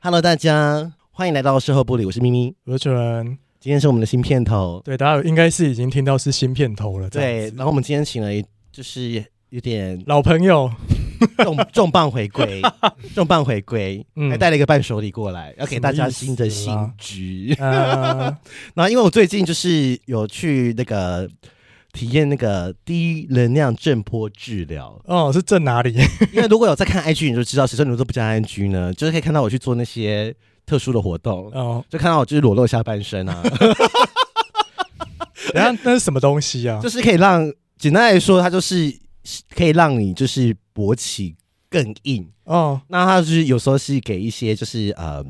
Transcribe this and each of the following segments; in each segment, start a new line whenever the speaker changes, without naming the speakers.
Hello，大家欢迎来到事后部里，我是咪咪。
我是主人，
今天是我们的新片头，
对大家应该是已经听到是新片头了，这
对
样。子
然后我们今天请了一就是有点
老朋友，
重重磅回 归，重磅回归，
嗯
还带了一个伴手礼过来，要给大
什
家
么意思啊
新的新
啦
局。
呃，，
然后因为我最近就是有去那个体验那个低能量震波治疗
哦，是正哪里？
因为如果有在看 IG 你就知道，谁说你们都不加 IG 呢？就是可以看到我去做那些特殊的活动，
哦，
就看到我就是裸露下半身啊。
等一下那是什么东西啊？
就是可以让简单来说，它就是可以让你就是勃起更硬。
哦，
那它就是有时候是给一些就是呃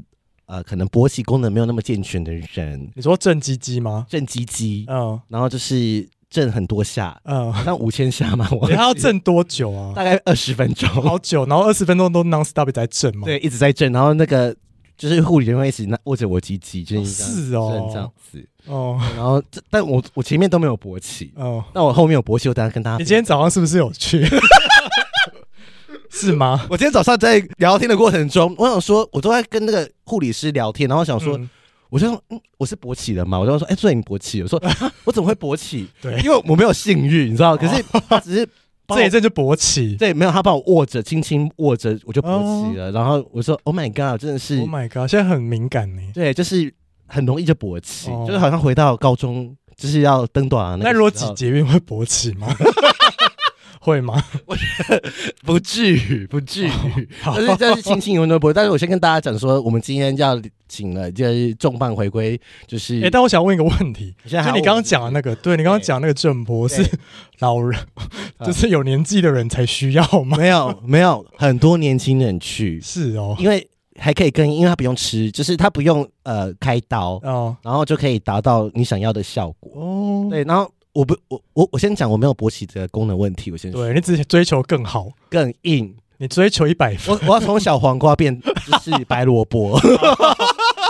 呃，可能勃起功能没有那么健全的人
你说正鸡鸡吗？
震鸡鸡，
嗯
然后就是震很多下，
嗯，
好像五千下嘛，我
等一下要震多久啊？
大 概二十分钟，
好久，然后二十分钟都 non stop 在震吗？
对，一直在震，然后那个。就是护理人员会一直拿握着我鸡鸡，就是
哦
这样
是哦
震这样子。
哦
然后这，但我我前面都没有勃起，
哦，
那我后面有勃起，我等一下跟大家
你
分享。
今天早上是不是有去？是吗？
我今天早上在聊天的过程中，我想说，我都在跟那个护理师聊天，然后我想说，
嗯
我就说，嗯，我是勃起了嘛？我就说，哎、所以你勃起了？我说、啊我怎么会勃起？
对
因为我没有性欲，你知道？可是他只是 帮我
哦这一阵就勃起。
对，没有他把我握着，轻轻握着，我就勃起了。然后我说，Oh my god，真的是
哦 Oh my god，现在很敏感呢。
对，就是很容易就勃起，
哦
就是好像回到高中，就是要登短啊。
那如果挤捷运会勃起吗？ 会吗？
不至于，不至于。
好
但是但是轻轻有点不，但是我先跟大家讲说，我们今天要请了就是重磅回归，就是
哎、但我想问一个问题，
现在
就
还
你刚刚讲的那个，对你刚刚讲那个震波
对
是老人，
啊
就是有年纪的人才需要吗？
没有没有很多年轻人去，
是哦，
因为还可以更，因为他不用吃，就是他不用呃开刀，
哦
然后就可以达到你想要的效果。
哦，
对，然后我不我我我先讲我没有勃起的功能问题，我先说
对你只追求更好，
更硬，
你追求一百分，
我我要从小黄瓜变就是白萝 卜，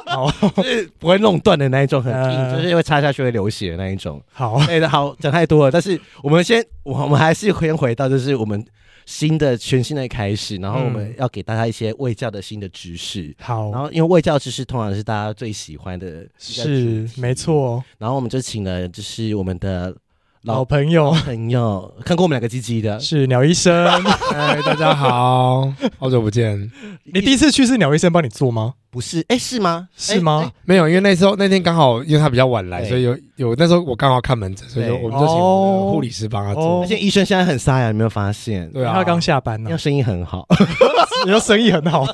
好
就是不会弄断的那一种，很硬，
呃
就是会插下去会流血哎的那一种。
好
对，好，讲太多了。但是我们先，我我们还是先回到，就是我们新的全新的开始，然后我们
嗯
要给大家一些卫教的新的知识。然
好
后，因为卫教知识通常是大家最喜欢的一个
哦是
主题
没。错，哦
然后我们就请了，就是我们的
老
老
朋友
朋友，看过我们两个鸡鸡的，
是鸟医生，
嗨，大家好，好久不见。
你第一次去是鸟医生帮你做吗？
不是？哎，是吗？
是吗？
没有，因为那时候那天刚好，因为他比较晚来，
对
所以有有那时候我刚好看门诊，所以就
对
我们就请我们的护理师帮他
哎？
哦
做
而。且医生现在很沙哑，有没有发现？
对啊，
他刚下班
因
呢
为，声音很好，
你说生意很好，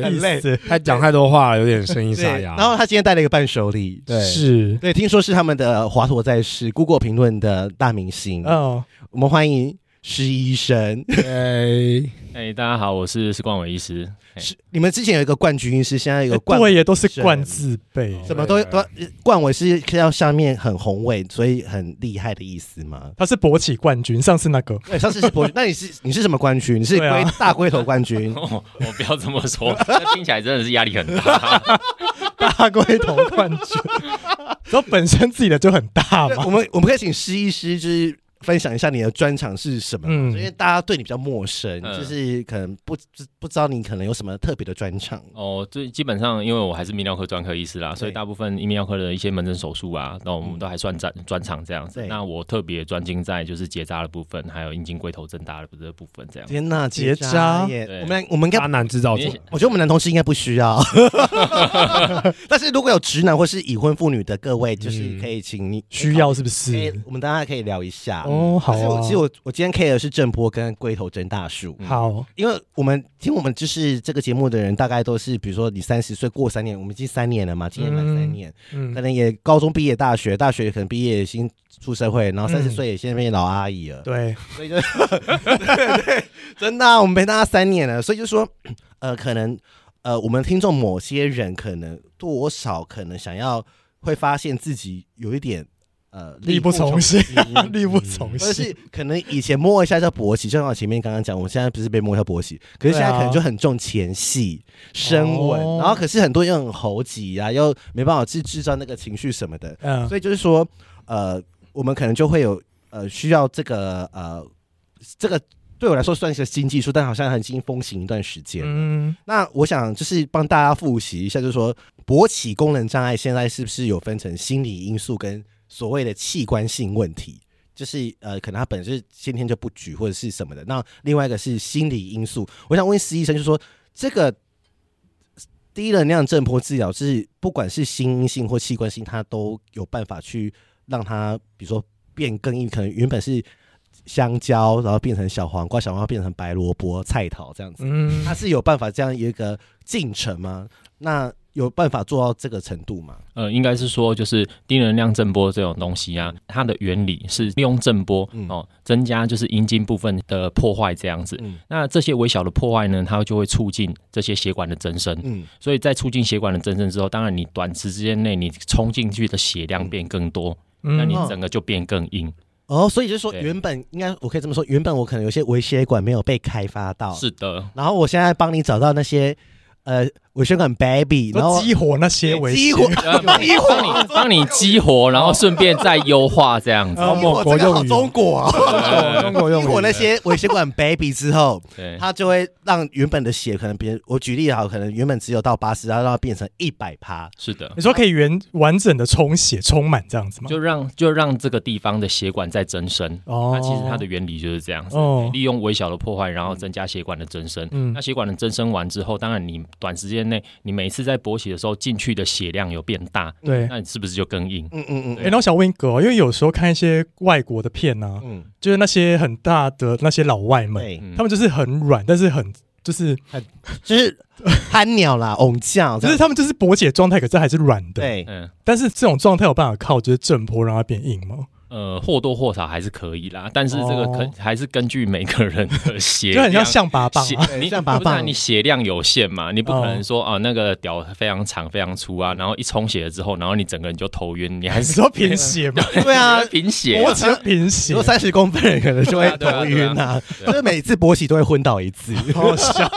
很累
意思
他讲太多话了，有点声音沙
对。
哑。
然后他今天带了一个伴手礼，
对
是，
对，听说是他们的华佗在世，Google 评论的大明星。
嗯，
我们欢迎施医生。
对，
哎、大家好，我是施冠伟医师。哎，
是你们之前有一个冠军医师，现在有个冠，
对也都是
是哦
冠字辈，
什么都都冠伟是要下面很宏伟，所以很厉害的意思吗？
他是勃起冠军，上次那个
对，上次是 博，那你是你是什么冠军？你是
对
龟、
啊
大龟头冠军
哦，我不要这么 说，那听起来真的是压力很大。
大龟头冠军，然后本身自己的就很大
对
嘛
我。们我们可以请施医师就是分享一下你的专长是什么，
嗯
因为大家对你比较陌生，
嗯
就是可能不不不知道你可能有什么特别的专长。
哦，最基本上，因为我还是泌尿科专科医师啦，所以大部分泌尿科的一些门诊手术啊，那我们都还算专专长这样子
对。
那我特别专精在就是结扎的部分，还有阴茎龟头增大的这部分这样。
天呐，
结
扎
扎
耶！
对
我们我们应该
渣男制造者
因为
我觉得我们男同事应该不需要， 但是如果有直男或是已婚妇女的各位，就是可以请你
需要是不
可
是
以，？我们大家可以聊一下。
哦，好
哎可是我
啊
其，实我我今天 care 的是郑波跟龟头真大树，
好，
因为我们听我们就是这个节目的人，大概都是比如说你三十岁过三年，我们已经三年了嘛，今年满三年，可
嗯，
能也高中毕业，大学大学可能毕业已经出社会，然后
嗯
三十岁也现在变老阿姨了，
对，
所以就对对，真的啊、我们陪大家三年了，所以就说， 呃，可能呃，我们听众某些人可能多少可能想要会发现自己有一点呃
力不从
心，
心，力不从
或者
心，
是可能以前摸一下叫勃起，就像我前面刚刚讲，我们现在不是被摸一下勃起，可是现在
对啊
可能就很重前戏、深吻，
哦
然后可是很多人又很猴急啊，又没办法去制造那个情绪什么的，
嗯，
所以就是说，呃，我们可能就会有呃需要这个呃这个对我来说算是个新技术，但好像已经风行一段时间。
嗯，
那我想就是帮大家复习一下，就是说勃起功能障碍现在是不是有分成心理因素跟所谓的器官性问题？就是呃，可能他本身是先天就不举或者是什么的。那另外一个是心理因素。我想问施医生，就是说这个低能量震波治疗，是不管是心因性或器官性，它都有办法去让它，比如说变更硬，可能原本是香蕉，然后变成小黄瓜，小黄瓜变成白萝卜、菜桃这样子。
嗯，
它是有办法这样一个进程吗？那有办法做到这个程度吗？
呃，应该是说就是低能量震波这种东西啊，它的原理是利用震波
嗯
哦，增加就是阴茎部分的破坏这样子。
嗯
那这些微小的破坏呢，它就会促进这些血管的增生。
嗯
所以在促进血管的增生之后，当然你短时间内你冲进去的血量变更多，那
那
你
嗯
整个就变更硬。
哦，所以就是说，
对
原本应该我可以这么说，原本我可能有些微血管没有被开发
哦
到，
是的，
然后我现在帮你找到那些呃微血管 baby，然后
激活那些危
激
险
活，
呃帮你帮你激活，然后顺便再优化这样子。
哦
激活
某国
这个好
用语
中国啊，
中国用
激
语
活那些微血管 baby 之后，
对，
它就会让原本的血可能别人我举例好，可能原本只有到八十，然后让它变成一百趴，
是的，
你说可以原完整的充血充满这样子吗？
就让就让这个地方的血管再增生。
哦，
它其实它的原理就是这样子，
哦，
利用微小的破坏，然后增加血管的增生。
嗯
那血管的增生完之后，当然你短时间内，你每次在勃起的时候进去的血量有变大，
对。
那你是不是就更硬？
嗯嗯
哎、
嗯
那我想问一个、哦，因为有时候看一些外国的片啊，
嗯，
就是那些很大的那些老外们，
对，
嗯
他们就是很软，但是很就是，
就是憨鸟 啦，拱叫这
就
样
是他们就是勃起的状态，可是还是软的。，
对，
嗯。
但是这种状态有办法靠就是震波让它变硬吗？
呃，或多或少还是可以啦，但是这个可、
哦
还是根据每个人的血
就
量，
很像象拔蚌
血
啊。
你
像拔
不是啊
蚌
你血量有限嘛，你不可能
哦嗯
说啊、那个屌非常长非常粗啊，然后一充血了之后，然后你整个人就头晕，你还
你
是
说贫血吗？
对啊
你会，贫血、
勃
啊。
起就贫血
如果，三十公分的人可能就会
对啊
头
对
晕
啊哦对
啊，
对啊
就是每次勃起都会昏倒一 次。
好笑。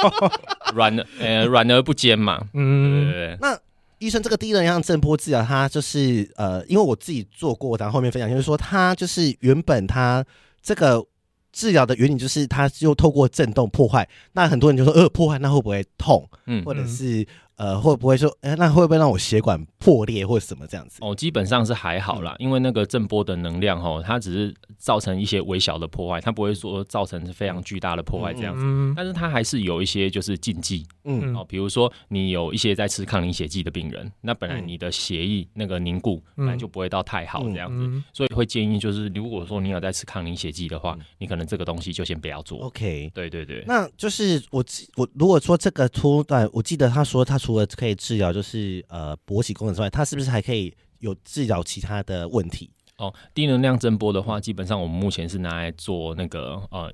软呃软而不坚嘛，对对
嗯，
对，
医生，这个低能量震波治疗，它就是呃，因为我自己做过，然后后面分享就是说，它就是原本它这个治疗的原理就是它就透过震动破坏。那很多人就说，呃，破坏那会不会痛，
嗯
或者是呃，会不会说，哎、那会不会让我血管破裂或者什么这样子？
哦，基本上是还好
嗯
啦，因为那个震波的能量哦，它只是造成一些微小的破坏，它不会说造成是非常巨大的破坏这样子，
嗯
但是它还是有一些就是禁忌，
嗯
嗯
哦，比如说你有一些在吃抗凝血剂的病人，那本来
嗯
你的血液那个凝固本来就不会到太好这样子，
嗯，
所以会建议就是如果说你有在吃抗凝血剂的话，你可能这个东西就先不要
哦
做。
，OK。
对对对，
那就是我记我如果说这个突然，我记得他说他除了可以治疗就是呃勃起功能之外，他是不是还可以有治疗其他的问题？
哦，低能量震波的话，基本上我们目前是拿来做那个呃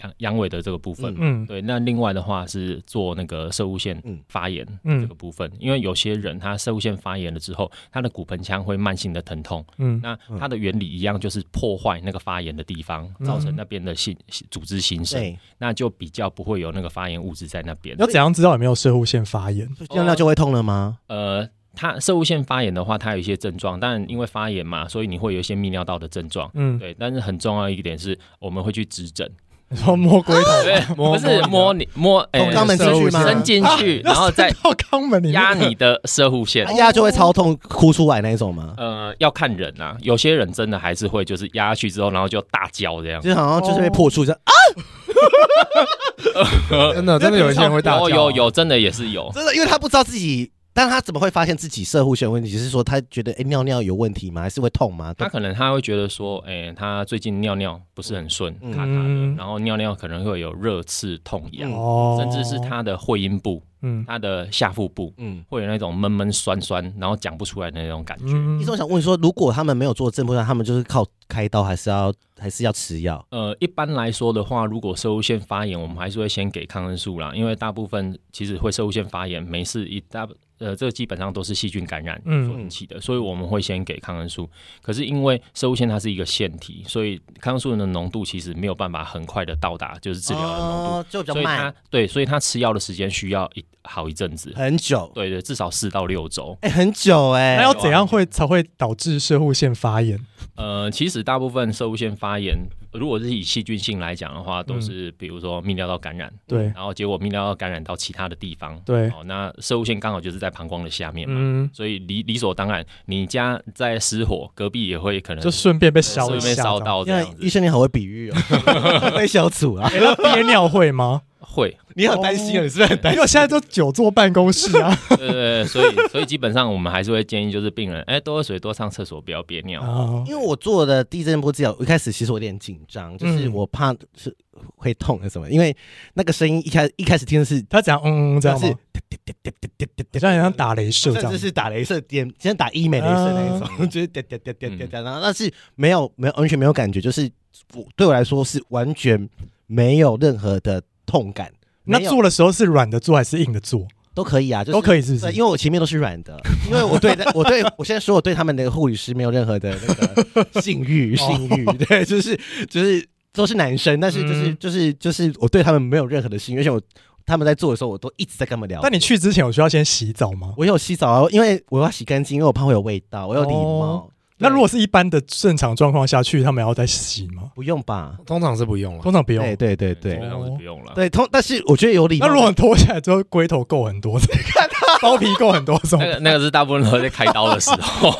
阳阳痿的这个部分。
嗯
对，那另外的话是做那个射物线
嗯
发炎
嗯
这个部分，因为有些人他射物线发炎了之后，他的骨盆腔会慢性的疼痛，
嗯
那它的原理一样，就是破坏那个发炎的地方，造成那边的新组织新生，
对，
那就比较不会有那个发炎物质在那边
要。怎样知道有没有射护腺发炎？
尿尿就会痛了吗？
呃，它射物腺发炎的话，它有一些症状，但因为发炎嘛，所以你会有一些泌尿道的症状。
嗯，
对，但是很重要一点是，我们会去指诊，
你说摸龟头，
对，不是摸你摸，哎、
捅肛门进去吗？
伸进
啊
去，然 后再
到肛门里面
压你的射护线
啊。压就会超痛哭出来那一种吗？
呃，要看人啊，有些人真的还是会就是压下去之后，然后就大叫这样。
就好像就是被破处这样，啊
真的真的有一些人会大叫
哦有
啊，
有有，真的也是有。
真的，因为他不知道自己，但他怎么会发现自己射护腺有问题？是说他觉得哎、尿尿有问题吗？还是会痛吗？
他可能他会觉得说，哎、他最近尿尿不是很顺，
嗯
卡卡的，
嗯
然后尿尿可能会有热刺、痛痒，
嗯
哦，
甚至是他的会阴部、
嗯
他的下腹部
嗯，
会有那种闷闷酸酸，然后讲不出来的那种感觉。
嗯
医生我想问说，如果他们没有做正步他们就是靠开刀，还是要还是要吃药？
呃，一般来说的话，如果射物腺发炎，我们还是会先给抗生素啦，因为大部分其实会射物腺发炎，没事一大呃，这基本上都是细菌感染
嗯
所引起的，所以我们会先给抗生素。可是因为射物腺它是一个腺体，所以抗生素的浓度其实没有办法很快的到达就是治疗的浓度，
哦，就比较
所以
慢
它，对，所以它吃药的时间需要一好一阵子，
很久，
对对，至少四到六周。
哎、很久哎、
那要怎样会才会导致射护腺发炎？
呃，其实大部分射物腺发炎，如果是以细菌性来讲的话，都是比如说泌尿道感染，
对
然后结果泌尿道感染到其他的地方，
对，
哦，那射物线刚好就是在膀胱的下面嘛，
嗯，
所以理理所当然，你家在失火，隔壁也会可能
就顺便被
稍
烧一
微被
下，
烧到这
因为
样
医
子，
生你好会比喻 哦，被小组啊，
这样。哎那憋尿会吗？
会，
你好担心啊，你是不是很担
因为我现在都久坐办公室 啊。
对对对，所以所以基本上我们还是会建议就是病人，哎，多喝水，多上厕所，不要憋尿。
啊，
因为我做的地震波治疗，一开始其实我有点紧张，就是
嗯
我怕是会痛还是什么，因为那个声音一开一开始听的是
他讲嗯嗯这
像
样
是
吗？好像很像打雷射这
甚
样
至。是打镭射点，像打医美镭射那一种，就是点点点点点点，然后但是没有没有完全没有感觉，就是我对我来说是完全没有任何的痛感，
那
没有
做的时候是软的做还是硬的做？
都可以啊，就是
都可以是不
对，
是？
因为我前面都是软 的，因为我对我对我现在说我对他们的护理师没有任何的那个性
哦
欲性欲， 对，就是就是都是男生，但是就是、
嗯
就是就是我对他们没有任何的性欲，而且我他们在做的时候，我都一直在跟他们聊。
但你去之前有需要先洗澡吗？
我有洗澡啊，因为我要洗干净，因为我怕会有味道，啊我有礼貌
哦。那如果是一般的正常状况下去，他们要再洗吗？
不用吧？
通常是不用了。
通常不
对
用。
对对
基
对
本上是不用了。
对，通但是我觉得有礼貌。
那如果脱下来之后龟头够很多， 包皮够很多，怎么
那
办
个那个是大部分都在开刀的时 候，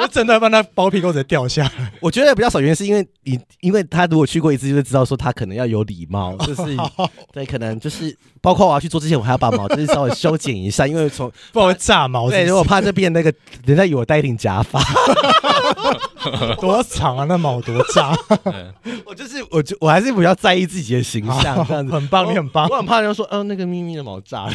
就正在帮他包皮够直接掉下来？
我觉得比较少原因是因为你，因为他如果去过一次，就会知道说他可能要有礼貌，就是 对，可能就是包括我要去做之前，我还要把毛就是稍微修剪一下，因为从
不然会炸毛。
对，
是
如果
不是
怕这边那个人家以为我戴一顶假 发，
多长啊，那毛多 炸，
我就是我就我还是比较在意自己的形象这样子。
很棒，你很棒
我。很怕人家说，嗯、那个咪咪的毛炸了，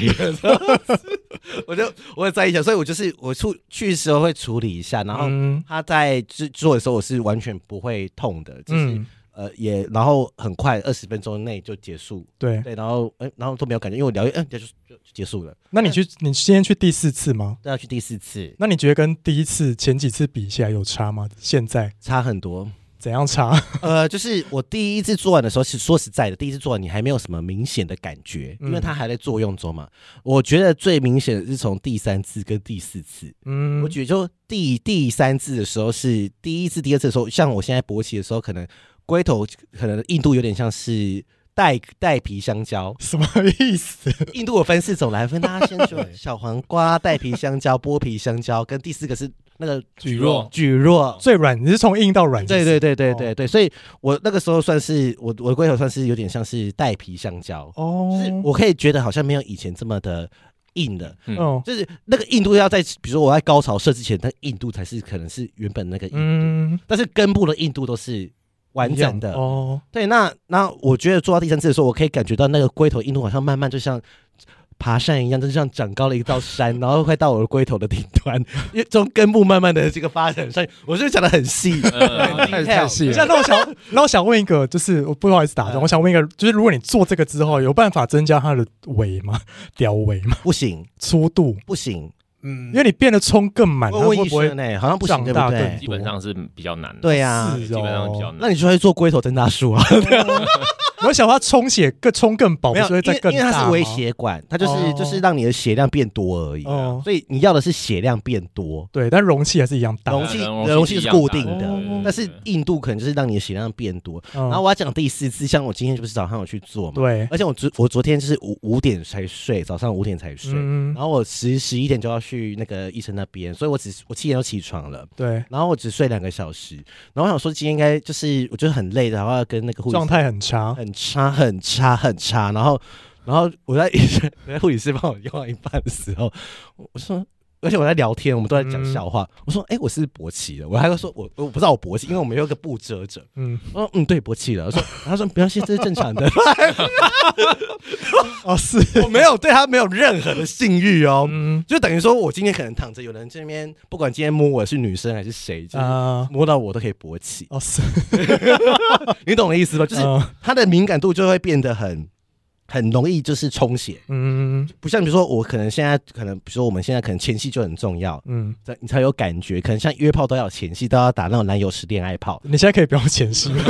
我就我也在意一下，所以我就是我出去的时候会处理一下，然后
嗯
他在制做的时候，我是完全不会痛的，就是、
嗯，
呃也，然后很快二十分钟内就结束，
对。
对，然后哎、然后都没有感觉，因为我疗愈，嗯、就就就结束了。
那你去，你今天去第四次吗？
都要去第四次，
那你觉得跟第一次、前几次比起来有差吗？现在
差很多。
怎样差？
呃，就是我第一次做完的时候，是说实在的，第一次做完你还没有什么明显的感觉，因为
嗯
它还在作用中嘛。我觉得最明显的是从第三次跟第四次，
嗯
我觉得就第第三次的时候是第一次、第二次的时候，像我现在勃起的时候，可能龟头可能硬度有点像是。带带皮香蕉，
什么意思？
印度有分四种来分，大家先说小黄瓜、带皮香蕉、剥皮香蕉，跟第四个是那个
举弱
蒟蒻。
最软，你是从硬到软？
对对对对
哦
对对，所以我那个时候算是我我的龟头算是有点像是带皮香蕉，就是
哦，
我可以觉得好像没有以前这么的硬了，
哦，
就是那个硬度要在比如说我在高潮射之前，那硬度才是可能是原本那个硬，
嗯，
但是根部的硬度都是完整
一
的
样。哦，
对，那那我觉得做到第三次的时候，我可以感觉到那个龟头硬度好像慢慢就像。爬山一样，就像长高了一道山，然后快到我的龟头的顶端，因为从根部慢慢的这个发展上去，我是不是讲的很 细？
呃
太太细
等一下，
了。
那我想，那我想问一个，就是我不好意思打断，
嗯
我想问一个，就是如果你做这个之后，有办法增加它的尾吗？ 屌尾吗？
不行，
粗度？
不行，
嗯
因为你变得冲更满，它
问
啊会
问医
不会
生？呢、好像不行，
长
对
大
不
更
对？
基本上是比较难的，
对呀、
是
基本上比较
哦。
那
难。
你就会做龟头增大术啊？
我想它充血更充更饱，
没
不
有，
是
因为
哦会再更
因为
大
它
吗
是微，血管，它就是、
哦
就是让你的血量变多而已。啊
哦，
所以你要的是血量变多，
对，但容器还是一样大。
容器
当然
容器
一
是
样
固
大
定的啊
哦
对对对
但是硬度可能就是让你的血量变多。
嗯
然后我要讲第四次，像我今天就是早上有去做嘛，
对，
而且我昨我昨天就是五五点才睡，早上五点才睡，
嗯
然，后我十十一点就要去那个医生那边，所以我只我七点就起床了。
对，
然后我只睡两个小时，然后我想说今天应该就是我觉得很累的，然后要跟那个护理师
状态很差。
很差很差很差，然后然后我在医生 我在护理师帮我用到一半的时候，我我说。而且我在聊天，我们都在讲
嗯
笑话。我说：“哎、我是勃起了。”我还会说我：“我不知道我勃起，因为我们有一个布遮着。
嗯，”
我说：“嗯，对，勃起了。”我说：“他说不要谢，这是正常 的。
哦 是，”
我没有对他没有任何的性欲哦，
嗯
就等于说我今天可能躺着，有人这边不管今天摸我是女生还是谁，就是
啊，
摸到我都可以勃起。
哦是，
你懂我的意思吧？就是
嗯
它的敏感度就会变得很很容易就是充血，
嗯
不像比如说我可能现在可能比如说我们现在可能前戏就很重要，
嗯，
这你才有感觉，可能像约炮都要有前戏，都要打那种男友式恋爱炮
。你现在可以不要前戏吗，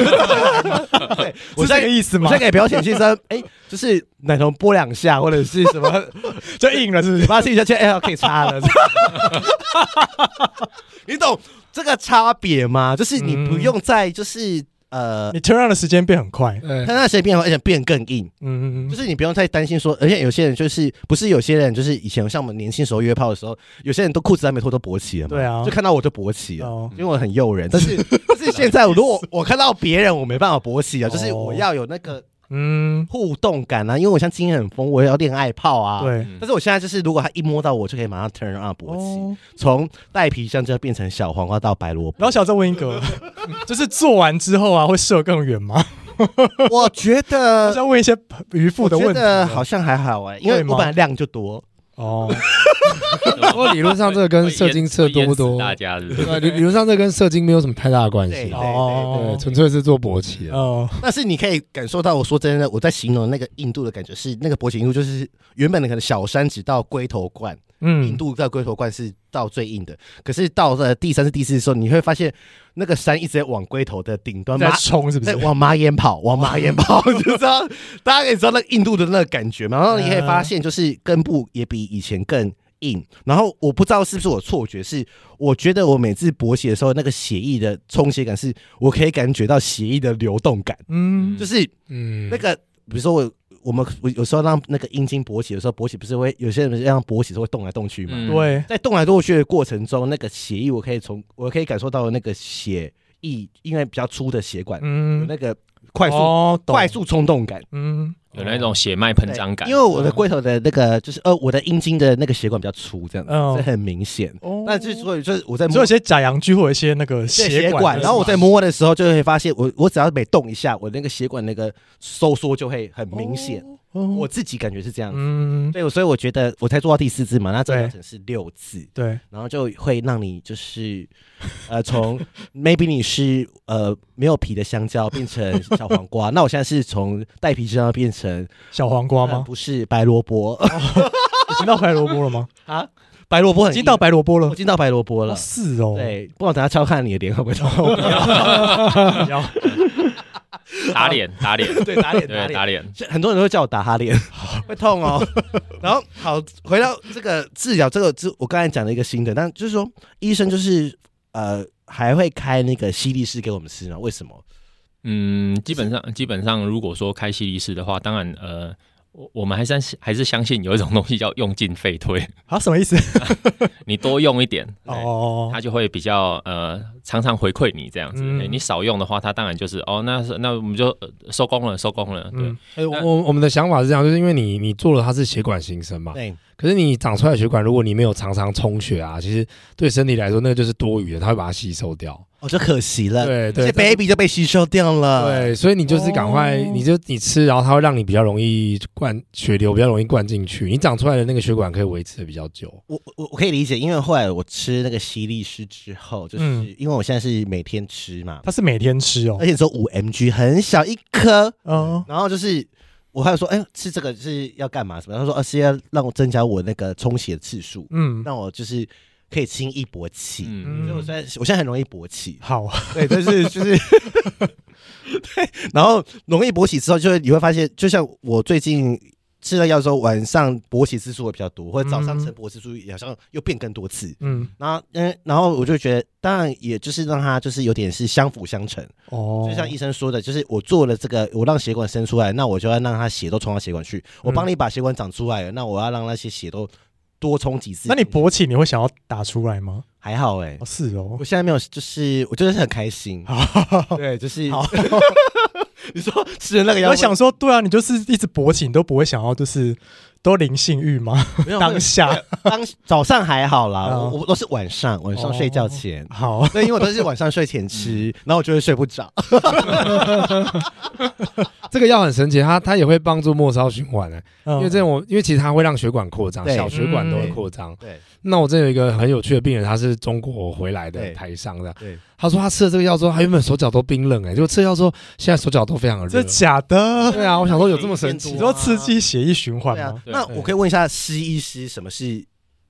对， 我现
是这个
在。
意思
我
吗
现在？可以不要前戏，说哎，就是奶头拨两下，或者是什么
就硬了是不
嘴
是？
巴亲一下，就哎呀可以插 了。
嗯
你懂这个差别吗？就是你不用再就是、呃，
你 turn on 的时间变很快，
对
它那些变化而且变更硬，
嗯嗯
就
嗯，
是你不用太担心说，而且有些人就是不是有些人就是以前像我们年轻时候约炮的时候，有些人都裤子还没脱都勃起了嘛，
对啊
就看到我就勃起了。
哦
因为我很诱人，但是 但是现在我如果我看到别人，我没办法勃起啊，就是
哦
我要有那个
嗯，
互动感啊，因为我像经验很丰，我也要恋爱泡啊。，
对，
嗯
但是我现在就是，如果他一摸到我，就可以马上 turn on 勃起，
哦，
从带皮香蕉变成小黄瓜到白萝卜
然后。想再问 一个，就是做完之后啊，会射更远吗？
我觉
我
得
想问一些渔夫
呃我
的
觉
问题
得
啊。
好像还好哎、因为
会吗
我本来量就多，
哦，
不过理论上这个跟射精射多不
会淹
多
死？大家是不是
对，理理论上这跟射精没有什么太大的关
对
系
对，
对，
哦
纯粹是做勃起啊。
哦，
但是你可以感受到，我说真的，我在形容那个硬度的感觉是，那个勃起硬度就是原本的可能小山只到龟头冠，硬
嗯，
度到龟头冠是到最硬的，可是到了第三次、第四次的时候，你会发现那个山一直在往龟头的顶端
在
马
冲是不
在
是？
往马眼跑，往马眼跑，你就知道大家可以知道那个硬度的那个感觉嘛。然后你可以发现，就是根部也比以前更硬。然后我不知道是不是我错觉，是我觉得我每次勃起的时候，那个血液的充血感是，我可以感觉到血液的流动感，
嗯，
就是
嗯
那，个，比如说我。我们我有时候让那个阴茎勃起的时候，勃起不是会有些人让勃起是会动来动去嘛？
嗯
对，
在动来动去的过程中，那个血液我可以从我可以感受到那个血液，因为比较粗的血管，有
嗯，
那个快速
哦懂
快速冲动感，
嗯，
有那种血脉膨胀感，
因为我的龟头的那个就是呃，我的阴茎的那个血管比较粗，这样子，
嗯
这很明显。
哦
那之所以就是我在
所以
摸
有些假阳具或有一些那个
对血
管
管，
的，
然后我在摸的时候就会发现，我我只要每动一下，我那个血管那个收缩就会很明显。
哦，
我自己感觉是这样子。
嗯，
对，所以我觉得我才做到第四次嘛，那这
对
疗程是六次，
对，
然后就会让你就是，呃，从 maybe 你是呃没有皮的香蕉变成小黄瓜，那我现在是从带皮香蕉变成
小黄瓜
呃
吗？
不是白萝卜呃
已经到白萝卜了 吗？
啊，白萝卜很
已经
硬
到白萝卜了
我，进到白萝卜
哦
了。
是哦，
对，不然等下敲看你的脸会不会痛？
不要，
打脸打脸，
对，打脸
对打脸，
很多人都会叫我打哈脸， 会痛 哦。然后好，回到这个治疗，这个治我刚才讲了一个新的，但就是说医生就是呃还会开那个西力士给我们吃呢，为什么？
嗯，基本上基本上，如果说开西力士的话，当然呃，我我们还是还是相信有一种东西叫用进废退，
啊，什么意思？
你多用一点，对
哦
它，就会比较呃常常回馈你这样子。
嗯
诶你少用的话，它当然就是哦，那是那我们就、呃收工了，收工了。对，
嗯
哎，我我我们的想法是这样，就是因为你你做了它是血管新生嘛，
对，
可是你长出来的血管，如果你没有常常充血啊，其实对身体来说那个就是多余的，它会把它吸收掉。
我就哦可惜了，
对
呃这
对
baby 就被吸收掉了。
对，所以你就是赶快，
哦
你就你吃，然后它会让你比较容易灌血流，比较容易灌进去，你长出来的那个血管可以维持的比较久。
我我我可以理解，因为后来我吃那个西力士之后，就是、
嗯
因为我现在是每天吃嘛，
它是每天吃哦
而，且只有五 mg，很小一颗，
嗯，
然后就是我还有说，哎、吃这个是要干嘛？什么？他说，呃、是要让我增加我那个充血的次数，
嗯，，
让我就是可以轻易勃起。
嗯，
所以我现在我现在很容易勃起
好，
对，但是就是对，然后容易勃起之后，就是你会发现，就像我最近吃了药之后，晚上勃起次数会比较多，或者早上
嗯
晨勃次数好像又变更多次。
嗯，
然后，嗯，然后我就觉得，当然也就是让它就是有点是相辅相成，
哦，
就像医生说的，就是我做了这个，我让血管生出来，那我就要让它血都冲到血管
嗯
去。我帮你把血管长出来了，那我要让那些血都多冲几次。
那你勃起你会想要打出来吗？
还好哎、
哦，是哦
我，现在没有，就是我真的是很开心。对，就是
好
你说吃了那个药，
我想说，对啊，你就是一直勃起，你都不会想要就是都零性欲吗？
没有
当下
当早上还好啦，
哦
我我都是晚上晚上睡觉前。
好，
对，因为我都是晚上睡前吃，
嗯
然后我就会睡不着。啊
这个药很神奇，它它也会帮助末梢循环的、欸
因
因为这种，因为其实它会让血管扩张，
嗯对嗯
小血管都会扩张。
对
那我这有一个很有趣的病人，他是中国回来的
对
台商的，
对，啊
他说他吃了这个药之后，他原本手脚都冰冷、欸，哎，就吃了药之后，现在手脚都非常的
这
热。
假的，
对啊，我想说有这么神
你
奇
你
变，
说刺激血液循环
对啊
吗？。
对
那我可以问一下，西医师什么是？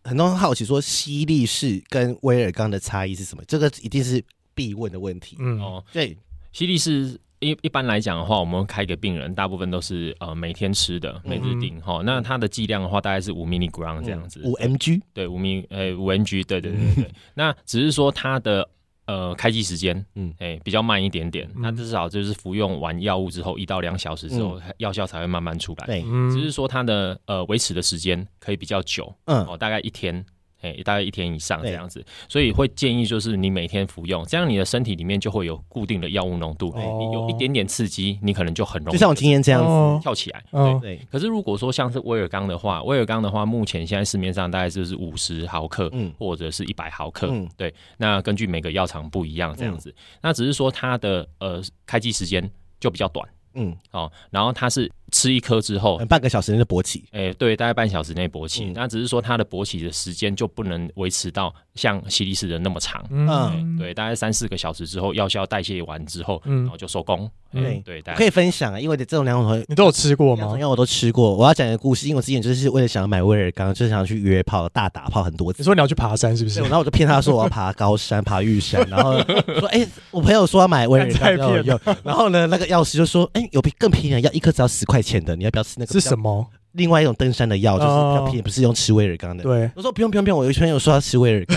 很多人好奇说，西力士跟威尔刚的差异是什么？这个一定是必问的问题。
嗯，
哦，
对，啊
西力士。一一般来讲的话，我们开给病人，大部分都是呃每天吃的，每
嗯
日定哈、那它的剂量的话，大概是五
嗯
milligram 这样子，
五 mg 嗯
对，五名呃五 NG，对对对对对。那只是说它的呃开机时间，
嗯
嗯，哎、比较慢一点点。
嗯
那至少就是服用完药物之后一到两小时之后，药效才会慢慢出来。
嗯对，
嗯
只是说它的呃维持的时间可以比较久，
嗯，
哦，大概一天，哎、大概一天以上这
对
样子，所以会建议就是你每天服用，这样你的身体里面就会有固定的药物浓度，
对
你有一点点刺激，你可能就很容
哦就
易
像我嗯今天这样子，
哦
跳起来。
哦
对，
可是如果说像是威尔刚的话，威尔刚的话，目前现在市面上大概就是五十毫克
嗯
或者是一百毫克，
嗯
那根据每个药厂不一样这样子。那只是说它的呃开机时间就比较短
嗯，
哦，然后它是吃一颗之后
嗯，半个小时就勃起，
哎、对，大概半小时内勃起，
嗯
那只是说它的勃起的时间就不能维持到像西力士的那么长，
嗯
嗯，
对，大概三四个小时之后，药效代谢完之后，
嗯
然后就收工，哎
对
对，大
我
概
可以分享啊，因为这种两种
你都有吃过
两
吗
种？药我都吃过。我要讲一个故事，因为我之前就是为了想要买威尔刚，就是想要去约炮、大打炮很多次
你。说你要去爬山是不是
对，？然后我就骗他说我要爬高山、爬玉山，然后说，哎、我朋友说要买威尔刚
太
要
骗
用，然后呢，那个药师就说，哎、有比更便宜的药，一颗只要十块钱的，你要不要吃那个？
是什？么？
另外一种登山的药，就是比较
哦
便宜，不是用吃威尔刚的。
对，
我说不用不用不用，我有一朋友说要吃威尔刚，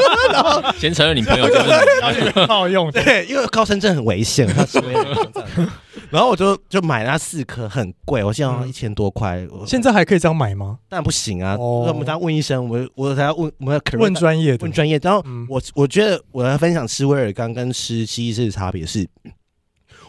先承认你朋友就是你
好用的。
对，因为高山症很危险，他吃威尔刚这样。然后我就就买了它四颗，很贵，我现在好像
嗯
一千多块。我
现在还可以这样买吗？
当然不行啊，
哦
所以我们当问医生，我我才要问我们要 correct-
问专业的
问，专业。然后
嗯
我我觉得我来分享吃威尔刚跟吃西医是差别是，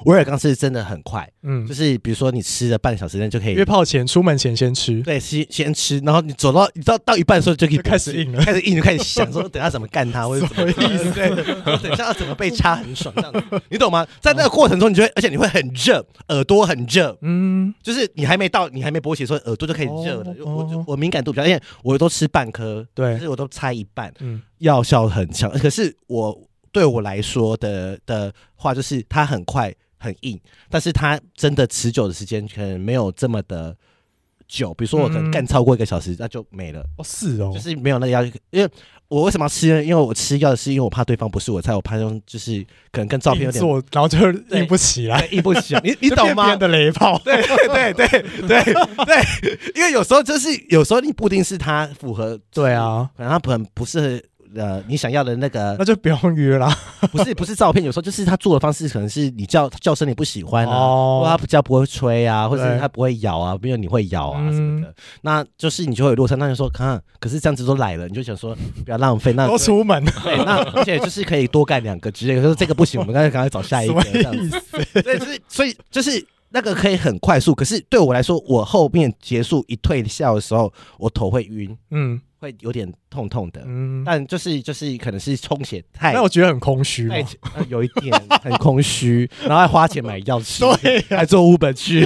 威尔刚是真的很快，
嗯
就，是比如说你吃了半小时内就可以
约。炮前、出门前先吃，
对，先先吃，然后你走到你到到一半的时候就可以
就开始硬了
开始硬就开始想说等下怎么干他，或者怎么
什么意思
对，对 等下要怎么被插很爽这样子， 你懂吗？在那个过程中，你就会，而且你会很热，耳朵很热，
嗯，
就是你还没到，你还没勃起的时候，耳朵就开始热了。
哦
我就
哦
我敏感度比较，因为我都吃半颗，可
对，
是我都猜一半，
嗯，
药效很强。可是我对我来说的的话，就是它很快很硬，但是它真的持久的时间可能没有这么的久。比如说我可能
嗯
干超过一个小时，那就没了，
哦，是哦
就，是没有那个药。因为我为什么要吃呢？因为我吃药是因为我怕对方不是我菜，我怕用就是可能跟照片有
硬
点
做，然后就硬不起来，
硬不起来，你你
就
懂
变
吗
变？的雷炮，
对对对对对，因为有时候就是有时候你不一定是他符合，
对，啊，
可能他可能不是呃你想要的那个
那，就不用约啦。
不是不是照片，有时候就是他做的方式可能是你叫叫声你不喜欢啊，或他
哦，
比较不会吹啊，或者是
对
他不会咬啊，没有你会咬啊
嗯
什么的，那就是你就会有落差。那就说，看，可是这样子都来了，你就想说不要浪费，那
都出门，
对，那而且就是可以多干两个之类的。可是这个不行，我们刚才赶快找下一
什
个
么
这样子。
意 思？
对，就是所以就是那个可以很快速，可是对我来说，我后面结束一退下的时候，我头会晕，
嗯
会有点痛痛的。
嗯，
但就是就是可能是充血太
那我觉得很空虚嘛
太、，呃有一点很空虚，然后还花钱买药吃，
对
哎
还做 Uber 去。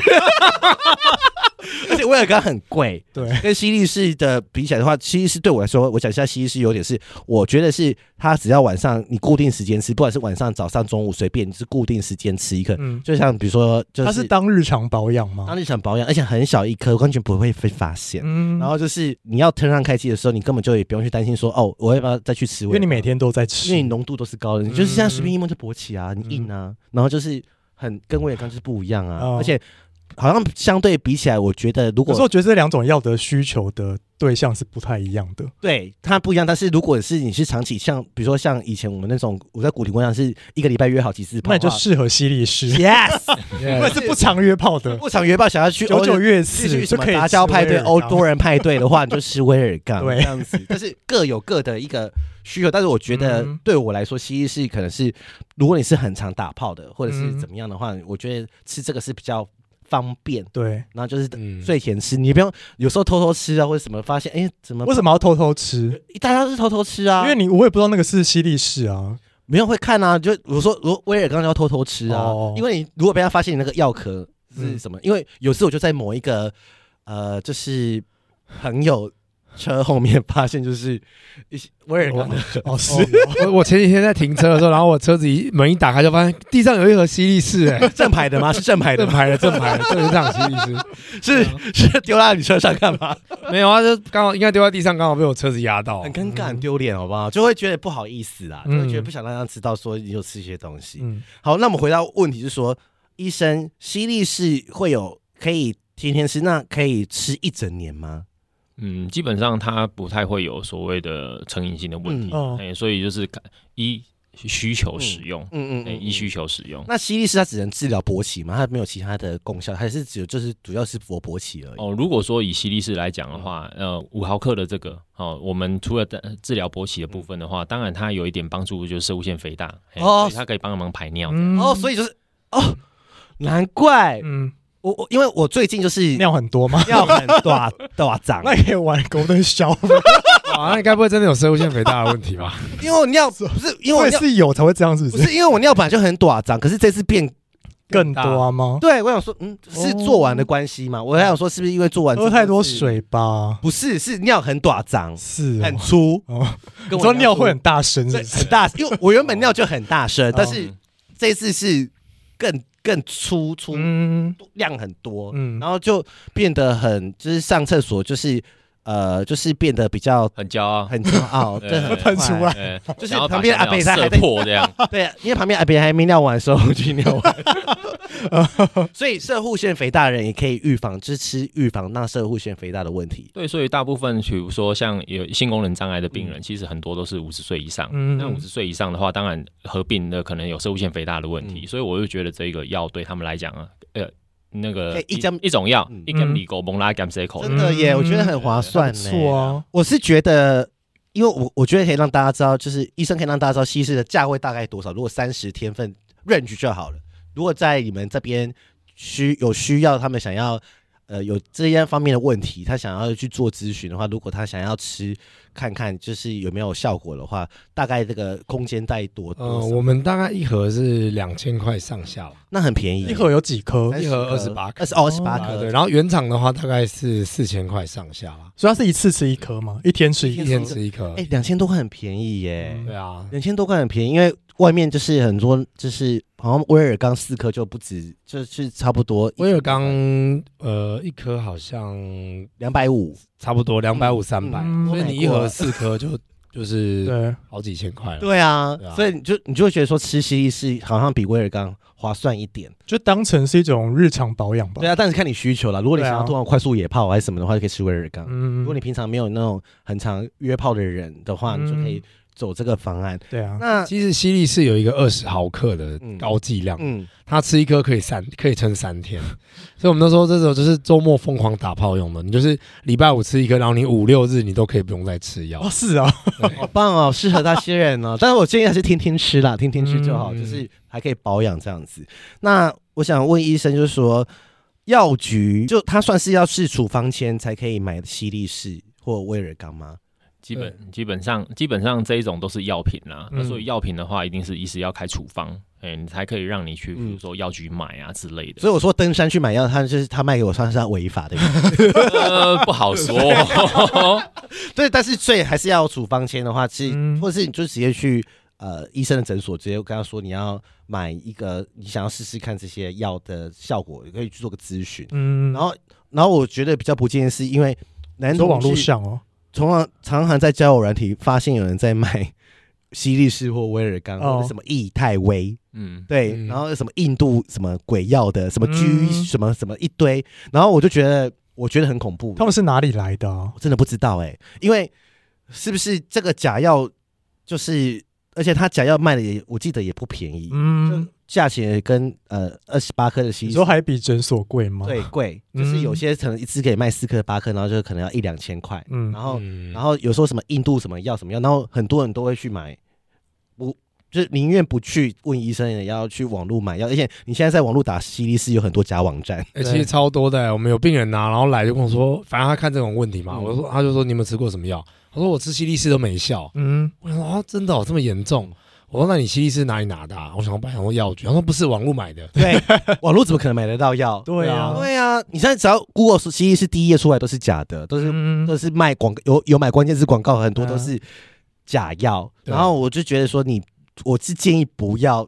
而且威尔刚很贵，
对，
跟西力士的比起来的话，西力士对我来说，我讲一下西力士有点是，我觉得是它只要晚上你固定时间吃，不管是晚上、早上、中午随便，你是固定时间吃一个，
嗯，
就像比如说，就
它
是
是当日常保养吗？
当日常保养，而且很小一颗，完全不会被发现。
嗯，
然后就是你要登上开机的时候，你根本就也不用去担心说哦，我要不要再去吃？
因为你每，天都在吃，
因为你浓度都是高的，你就是现在随便
嗯
一摸就勃起啊，你硬啊，然后就是很跟威尔刚就是不一样啊，
哦
而且好像相对比起来，我觉得如
可是我
果
觉得这两种药的需求的对象是不太一样的。
对它不一样，但是如果是你是长期像比如说像以前我们那种我在古亭工厂是一个礼拜约好几次炮
那
啊，
你就适合犀 利士，
yes，
啊
那是不常约炮的，
不常约炮想要去哦
久久约一
去
次
去
就
什么
可以
杂交
吃
派
威
对、
尔
欧
刚
多人派对的话，你就吃威尔 刚
对
这样子，但是各有各的一个需求。但是我觉得
嗯
对我来说，西医是可能是，如果你是很常打炮的，或者是
嗯
怎么样的话，我觉得吃这个是比较方便，
对，
然后就是
嗯，
睡前吃，你不用有时候偷偷吃啊，或者什么发现，哎，怎么
为什么要偷偷吃？
大家都是偷偷吃啊？
因为你我也不知道那个是犀利士啊，
没有人会看啊，就我说，如果威尔刚要偷偷吃啊，
哦
因为你如果被他发现你那个药壳是
嗯
什么，因为有时候我就在某一个呃，就是朋友车后面发现，就是一些威尔刚的，
哦
哦
是，
我我前几天在停车的时候，然后我车子一门一打开，就发现地上有一盒犀利士， 哎，
正牌 的吗？是正牌的
正
吗？
牌的正牌的正常犀利士，
是是丢到你车上干嘛？
没有啊，就刚好应该丢在地上，刚好被我车子压 到
很，尴尬、很丢脸，好不好？就会觉得不好意思啦，就会觉得
哦嗯
不想让他知道说你有吃一些东西。
嗯，
好，那我们回到问题是说，医生，西力是会有可以天天吃，那可以吃一整年吗？
嗯，基本上它不太会有所谓的成瘾性的问题，
嗯哦
哎、所以就是看一需求使用，
嗯嗯
哎
对，
嗯，
依需
嗯。
求使用。
那西力士它只能治疗勃起吗？它没有其他的功效，还是只有就是主要是勃勃起而已？
哦，如果说以西力士来讲的话，
嗯
呃，五毫克的这个，哦，我们除了呃治疗勃起的部分的话，当然它有一点帮助，就是射物腺肥大，嘿
哦
所以它可以帮忙排尿。
嗯
哦，所以就是哦，难怪
嗯，
我我因为我最近就是
尿很多吗？
尿很短短长，
那可以玩狗灯小粉，
哇，啊那你该不会真的有射物腺肥大的问题 吧？
因为我尿不是因为我
会
尿
是有才会这样，是
不
不是？
是因为我尿本来就很短长，可是这次变
哦更多啊吗？
对我想说，嗯，是做完的关系吗？我还想说是不是因为做完
哦喝太多
啊是？
水吧？
不是，是尿很短长，
是
很
哦
粗，
哦，
跟我
你说尿会
粗
很大声，是
对
不是
很？大，因为我原本尿就很大声
哦，
嗯
但是这次是更更粗粗
嗯
量很多，
嗯
然后就变得很就是上厕所就是呃就是变得比较
很骄傲，
很骄 傲，
对
对，很
喷出来
快，
呃，
就是
想要把
旁边的阿伯
小
他
鸟
还
射
在
破 这样，
对，因为旁边阿北还没尿完的时候我去尿 完，所以射护腺肥大的人也可以预防，就是吃预防那射护腺肥大的问题。
对，所以大部分，比如说像有性功能障碍的病
嗯
人，其实很多都是五十岁以上。
嗯
那五十岁以上的话，当然合并的可能有射物腺肥大的问题，所以我就觉得这个药对他们来讲啊，呃，那个
可以一针
一种药
嗯，
一根米狗蒙拉甘塞口，
真的耶，
嗯
我觉得很划算
不
呢。
错啊，
我是觉得，因为我我觉得可以让大家知道，就是医生可以让大家知道西式的价位大概多少。如果三十天份 range 就好了。如果在你们这边需有需要，他们想要呃有这些方面的问题，他想要去做咨询的话，如果他想要吃看看就是有没有效果的话，大概这个空间带多多
呃，
少、
我们大概一盒是两千块上下吧，
那很便宜，
一盒有几颗？
30
一盒
颗
28颗
二十哦二十八
大
颗，
对，然后原厂的话大概是四千块上下啦，
所以它是一次吃一颗吗？一天吃一
一
一
颗
天？吃一颗
哎，，两千多块很便宜耶。
嗯
对啊，
两千多块很便宜，因为外面就是很多，就是好像威尔刚四颗就不止，就是差不多
威尔刚呃一颗好像
两百五，
差不多两百五三百，
嗯
所以你一盒四 颗就就是
对，
好几千块了。
对啊
对，啊
所以你就你就会觉得说吃西力士好像比威尔刚划算一点，
就当成是一种日常保养吧。
对啊，但是看你需求啦，如果你
对啊
想要突然快速野炮还是什么的话，就可以吃威尔刚。
嗯，
如果你平常没有那种很常约炮的人的话，
嗯
你就可以走这个方案。
对啊，
那
其实西力是有一个二十毫克的
嗯
高剂量，
嗯，
它吃一颗可以三可以撑三天，所以我们那时候这时候就是周末疯狂打炮用的，你就是礼拜五吃一颗，然后你五六日你都可以不用再吃药
哦，。是啊，
好棒哦，适合那些人哦。 但是我建议还是天天吃啦，天天吃就好，
嗯
就是还可以保养这样子。那我想问医生，就是说药局就它算是要是处方签才可以买西力士或威尔刚吗？
基本基本上基本上这一种都是药品啦。那
嗯
所以药品的话，一定是医师要开处方，哎，你才可以让你去，比如
嗯
说药局买啊之类的
所。以我说登山去买药，他就是他卖给我算是他违法的，
呃，不好说。
对。但是最还是要处方签的话，是、
嗯
或者是你就直接去呃医生的诊所，直接跟他说你要买一个你想要试试看这些药的效果，可以去做个咨询。
嗯，
然后，然后我觉得比较不建议是因为男
说
同嗯
网络
志
上哦，
从常常常在交友软体发现有人在卖西力士或威尔刚、或
哦
者什么益泰威，
嗯，
对，
嗯
然后什么印度什么鬼药的，什么居、
嗯
什么什么一堆，然后我就觉得我觉得很恐怖，
他们是哪里来的啊？
我真的不知道哎、因为是不是这个假药就是，而且他假药卖的也我记得也不便宜，
嗯，
价钱也跟呃二十八颗的西
你
力
说还比诊所贵吗？
对，贵，
嗯
就是有些可能一支可以卖四颗八颗，然后就可能要一两千块，
嗯
然后
嗯
哦然后有时候什么印度什么药什么药，然后很多人都会去买，不就是宁愿不去问医生，也要去网络买药，而且你现在在网络打西力士有很多假网 站，
欸、其实超多的欸、我们有病人拿、然后来就跟我说，反正他看这种问题嘛，
嗯
我说他就说你有没有吃过什么药？他说我吃西力士都没效。
嗯，
我想说啊，真的哦，这么严重？我说那你西力士哪里拿的、啊？我想我想说药局，他说不是网络买的。
对，网络怎么可能买得到药？
对啊，
对啊，你现在只要 Google 是西力士第一页出来都是假的，都是、
嗯，
都是卖广告有有买关键字广告，很多都
嗯
是假药，
对
然后我就觉得说你，我是建议不要。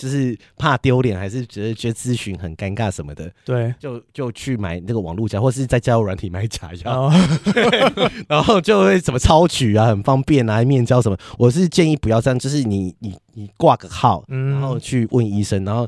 就是怕丢脸，还是觉得觉得咨询很尴尬什么的，
对，
就就去买那个网络假，或是在交友软体买假药
然，后嗯
然后就会什么超取啊，很方便啊，面交什么。我是建议不要这样，就是你你你挂个号，
嗯
然后去问医生，然后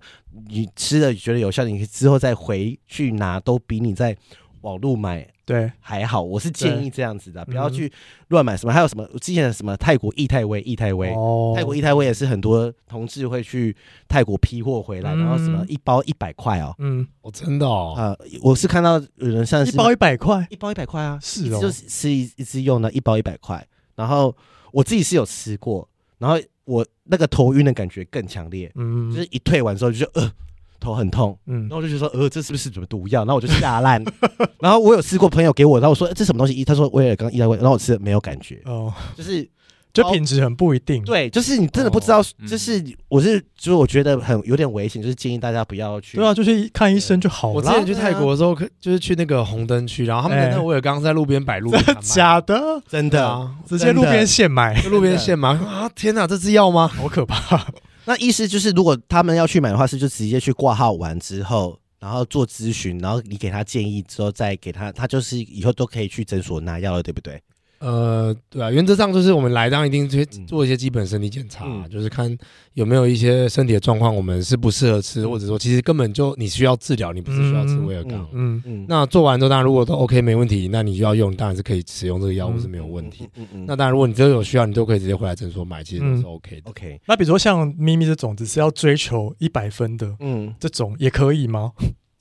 你吃了觉得有效，你之后再回去拿，都比你在网络买
对，
还好，我是建议这样子的，啊不要
嗯
去乱买什么。还有什么之前的什么泰国易泰威、易泰威。
哦
泰国易泰威也是很多同志会去泰国批货回来，然后什么
嗯
一包一百块哦，
嗯，
哦，真的哦，
呃，我是看到有人像
一
是
包一百块，
一包一百块啊，
是
一次
哦
就是吃一一次用的，一包一百块。然后我自己是有吃过，然后我那个头晕的感觉更强烈，
嗯，
就是一退完之后就觉得呃头很痛，
嗯
然，后我就觉得说呃这是不是什么毒药？然后我就吓烂。 然后我有吃过朋友给我，然后我说、呃这什么东西？他说威尔刚一来，然后我吃了没有感觉，
哦，
就是
嗯
就品质很不一定，，
对，就是你真的不知
哦
道，
嗯
就是我是就是我觉得很有点危险，就是建议大家不要去。
对啊，就去看医生就好
我之
了
前，去泰国的时候，可就是去那个红灯区，然后他们的那个威尔刚在路边摆 路边摊卖，
假哎的，
真
对
的。
啊，
直接路边现买，
在路边现买啊！天哪，这是药吗？
好可怕，
那意思就是，如果他们要去买的话，是就直接去挂号完之后，然后做咨询，然后你给他建议之后再给他，他就是以后都可以去诊所拿药了，对不对？
呃，对啊，原则上就是我们来当一定去
嗯
做一些基本身体检查，啊
嗯
就是看有没有一些身体的状况，我们是不适合吃，或者说其实根本就你需要治疗，你不是需要吃威尔刚。
嗯，
嗯，
那做完之后，当然如果都 OK 没问题，那你就要用，当然是可以使用这个药物
嗯
是没有问题。
嗯嗯
那当然，如果你真的有需要，你都可以直接回来诊所买，其实都是
嗯
OK 的。
OK，
那比如说像咪咪这种，只是要追求一百分的
嗯
这种，也可以吗？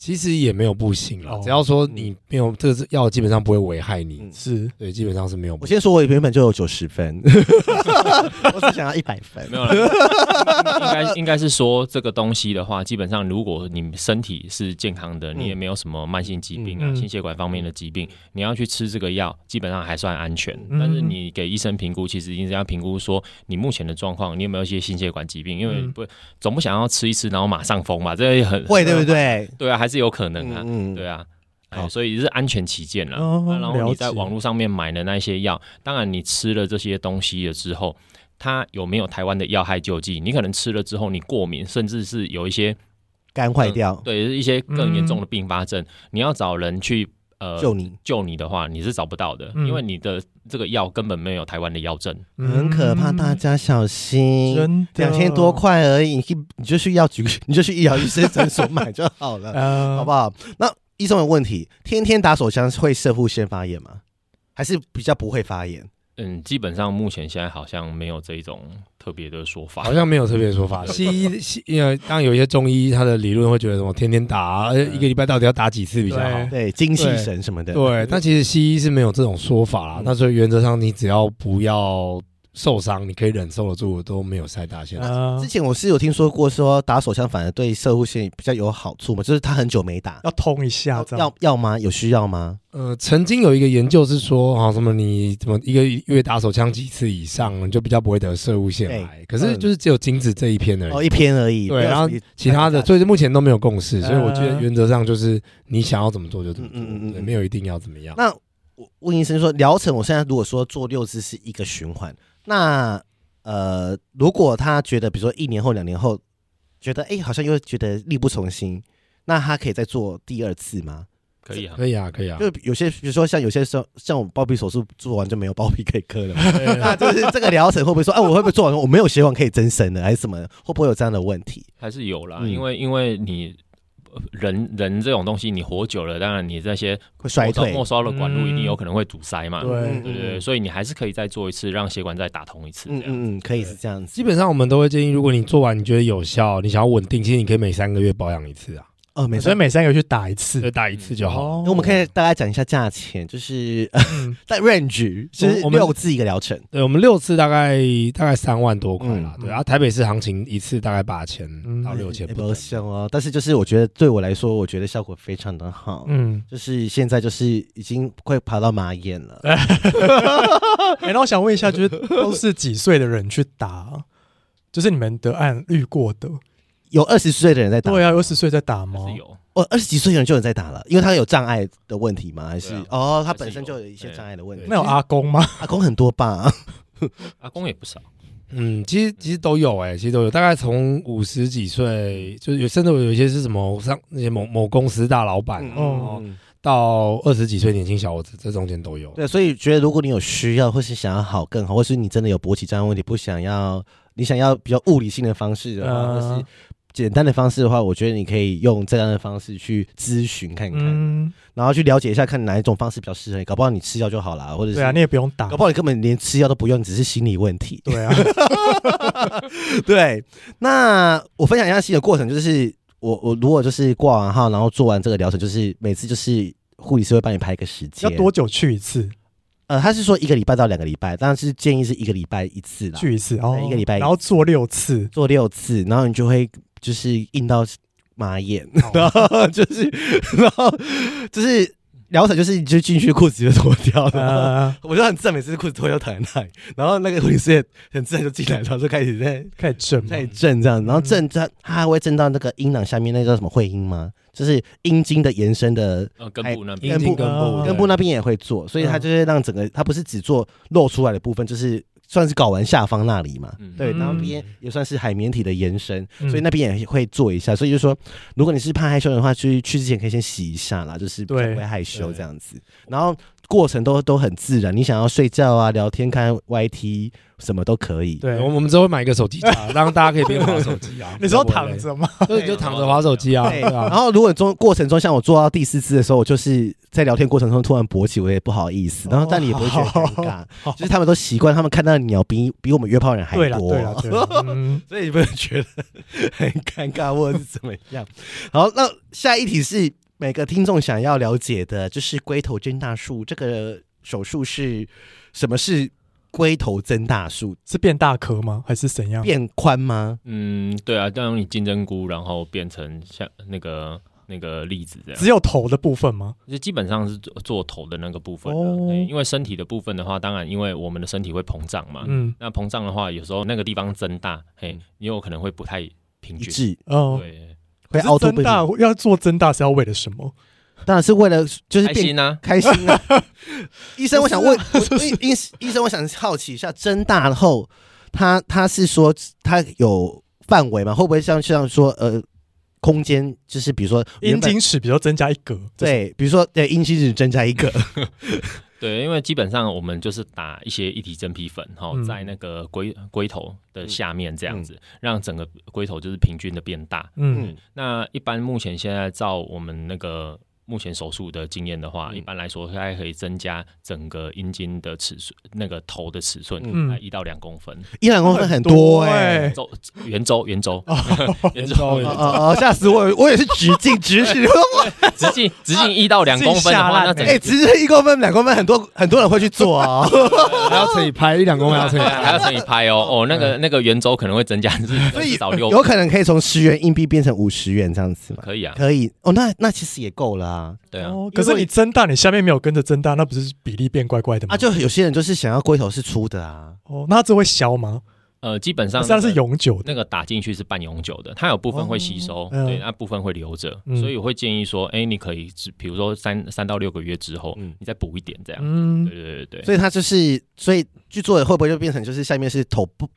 其实也没有不行啦，
哦
只要说你没有这个药，基本上不会危害你。
嗯。
是，
对，基本上是没有不
我
行。
先说，我原本就有九十分， 我只想要一百分。
没 有了，应该应该是说这个东西的话，基本上如果你身体是健康的，
嗯
你也没有什么慢性疾病啊、
嗯
心血管方面的疾病，你要去吃这个药，基本上还算安全。
嗯
但是你给医生评估，其实一定是要评估说你目前的状况，你有没有一些心血管疾病，因为
嗯
不总不想要吃一吃然后马上疯嘛，这也很
会对不？对？
对啊，还是有可能啊。
嗯
对啊。哎
好
所以是安全起见啦。
哦
啊
那呃然后
了
你
解
在网络上面买的那些药，当然你吃了这些东西了之后，它有没有台湾的药害救济？你可能吃了之后你过敏，甚至是有一些
肝坏掉
对一些更严重的并发症，你要找人去呃
救你，
救你的话，你是找不到的，
嗯
因为你的这个药根本没有台湾的药证。
很可怕，大家小心。
嗯真的
两千多，块而已，你去你就去药局， 你就去医疗医生诊所买就好了。
呃，
好不好？那医生有问题，天天打手枪会射护腺发炎吗？还是比较不会发炎？
嗯，基本上目前现在好像没有这一种特别的说法
好。像没有特别的说法。西医西呃，当然有一些中医他的理论会觉得什么天天打啊，而且一个礼拜到底要打几次比较好
对。
对，精气神什么的。
对，但其实西医是没有这种说法啦
嗯。
那所以原则上，你只要不要受伤，你可以忍受得住，都没有塞大线。
啊
之，前我是有听说过，说打手枪反而对射护腺比较有好处嘛，就是他很久没打，
要通一下这样
要，要吗？有需要吗？
呃，曾经有一个研究是说，啊，什么你怎么一个月打手枪几次以上，你就比较不会得射物腺癌。可是就是只有精子这一篇而
哎嗯哦，
已。
一篇而已。
对，
不要
然后
什么
其他的，所以目前都没有共识。
呃
所以我觉得原则上就是你想要怎么做就怎么
嗯嗯嗯嗯
做，对没有一定要怎么样。
那我问医生说，疗程我现在如果说做六支是一个循环，那呃，如果他觉得比如说一年后、两年后，觉得哎、好像又觉得力不从心，那他可以再做第二次吗？
可以啊，
可以啊，可以啊。
就有些，比如说像有些时候，像我包皮手术做完就没有包皮可以割了 嘛，那就是这个疗程会不会说，哎、我会不会做完我没有血管可以增生的，还是什么？会不会有这样的问题？
还是有啦，
嗯
因为因为你呃人人这种东西，你活久了，当然你这些
会衰
末梢
退？
末梢的管路
嗯
一定有可能会阻塞嘛，
嗯
对
对对对，所以你还是可以再做一次，让血管再打通一次，
嗯
这样
嗯嗯，可以是这样子
基。本上我们都会建议，如果你做完你觉得有效，你想要稳定，其实你可以每三个月保养一次啊，
哦，没
所
错
以。每三个月去打一
嗯
次
就，打一次就好。
哦
那我们可以大概讲一下价钱，就是
嗯
在 range，就是
我们
六至一个疗程。
对，我们六次大概大概三万多块啦。
嗯
对
嗯
啊，台北市行情一次大概八千
嗯
到六
也
千不
不
等
够。香哦。但是就是我觉得对我来说，我觉得效果非常的好。
嗯，
就是现在就是已经快爬到马眼了。
哎，那我想问一下，就是都是几岁的人去打？就是你们的案遇过的，
有二十岁的人在打，
对啊，有二十岁在打
还
吗？
是有。
哦，二十几岁的人就有人在打了，因为他有障碍的问题吗？还是、
对啊
哦，他
还是
本身
有
就有一些
对
障碍的问题？
那有阿公吗？
阿公很多吧？
阿公也不少，
嗯，其实其实都有哎、其实都有，大概从五十几岁，就是有甚至有一些是什么上那些某某公司大老板、啊，
哦
嗯，
到二十几岁年轻小伙子，这中间都有。
对，所以觉得如果你有需要，或是想要好更好，或是你真的有勃起这样的问题，不想要你想要比较物理性的方式的话，
嗯
或是简单的方式的话，我觉得你可以用这样的方式去咨询看看，
嗯，
然后去了解一下，看哪一种方式比较适合你。搞不好你吃药就好啦，或者是
对啊，你也不用打
搞，不好你根本连吃药都不用，只是心理问题。
对啊，
对，那我分享一下新的过程，就是我我如果就是挂完号，然后做完这个疗程，就是每次就是护理师会帮你排一个时
要
间，
多久去一次？
呃，他是说一个礼拜到两个礼拜，但是建议是一个礼拜一次啦，
去一次，然后
一个礼拜一
然后做六 次，
做六次，然后你就会就是硬到马眼，
哦
然后就是然后就是疗程就是你就进去裤子就脱掉了。然后
呃，
我就很自然，每次裤子脱掉躺在那里，然后那个护理师也很自然就进来，然后就开始在
开始震嘛
在震这样，然后震它它还会震到那个阴囊下面，那叫什么会阴吗？就是阴茎的延伸的
呃，根部那边
根部
根部
哦
根部那边也会做，所以它
嗯
就是让整个它不是只做露出来的部分，就是算是睾丸下方那里嘛。
嗯
哎对，
嗯
然后那边也算是海绵体的延伸，
嗯
所以那边也会做一下。所以就是说，如果你是怕害羞的话，去去之前可以先洗一下啦，就是比较
对
不会害羞这
对
样子。然后过程都都很自然，你想要睡觉啊、聊天、看 YT 什么都可以。
对，。
我我们之后会买一个手机架，让大家可以边玩手机 啊
你说躺着吗？
对，就躺着玩手机啊。
对，
对
然
啊，
后如果中过程中，像我做到第四次的时候，我就是在聊天过程中突然勃起，我也不好意思，然后但你也不会觉得尴尬，
哦好
就是他们都习惯，他们看到的鸟比比我们约炮人还
对了，
多，
对了，对 了，嗯，
所以你不会觉得很尴尬或者是怎么 样。好，那下一题是每个听众想要了解的，就是龟头增大术这个手术是什么？是龟头增大术
是变大壳吗？还是怎样？
变宽吗？
嗯，对啊，让你金针菇，然后变成像那个那个粒子这样
只，有头的部分吗？
就基本上是做做头的那个部分啊、
哦
对因为身体的部分的话，当然因为我们的身体会膨胀嘛，
嗯，
那膨胀的话，有时候那个地方增大，嘿，你有可能会不太平
嗯一
均，
致
哦，
对，
会
可是
凹凸
增
不
大
平，
要做增大是要为了什么？
当然是为了就是
开
变
心啊，
开心啊！医生，我想问，我医医医生，我想好奇一下，增大后，他他是说他有范围吗？会不会像像说呃，空间就是比如说
阴
原本
茎尺比较增加一格，就是嗯
对，比如说对阴茎只增加一个，
对，因为基本上我们就是打一些一体真皮粉，哈、
嗯
在那个龟龟头的下面这样
嗯
子，让整个龟头就是平均的变大。
嗯，
嗯
那一般目前现在照我们那个目前手术的经验的话，
嗯
一般来说大概可以增加整个阴茎的尺寸，那个头的尺寸，
嗯
嗯，一到两公分，
一两公分很多哎、
欸
周圆周圆周圆
周
周
圆
哦哦哦！吓死我！我也是直径直视，
直 径直径一到两
自己
公分的
吓
话，
烂
那
欸
整
哎、直径一公分、两公分，很多很多人会去做啊、
还要自己拍一两公分，要自己
对啊还
拍。
要乘以拍哦，哦，那个那个圆周可能会增加至至少六，
嗯有可能可以从十元硬币变成五十元这样子嘛？
可以啊，
可以哦，那那其实也够了啊。
对啊，
哦，可是你增大，你下面没有跟着增大，那不是比例变怪怪的吗？
啊，就有些人就是想要龟头是粗的啊，
哦，那这会消吗？
呃，基本上
可是它
那
是
个
永久的，
那个打进去是半永久的，它有部分会吸收，
嗯
对，那部分会留着，
嗯
所以我会建议说，哎、你可以只比如说三三到六个月之后，
嗯
你再补一点这样，
嗯
对，对对对
所以他就是，所以去做的会不会就变成就是下面是头部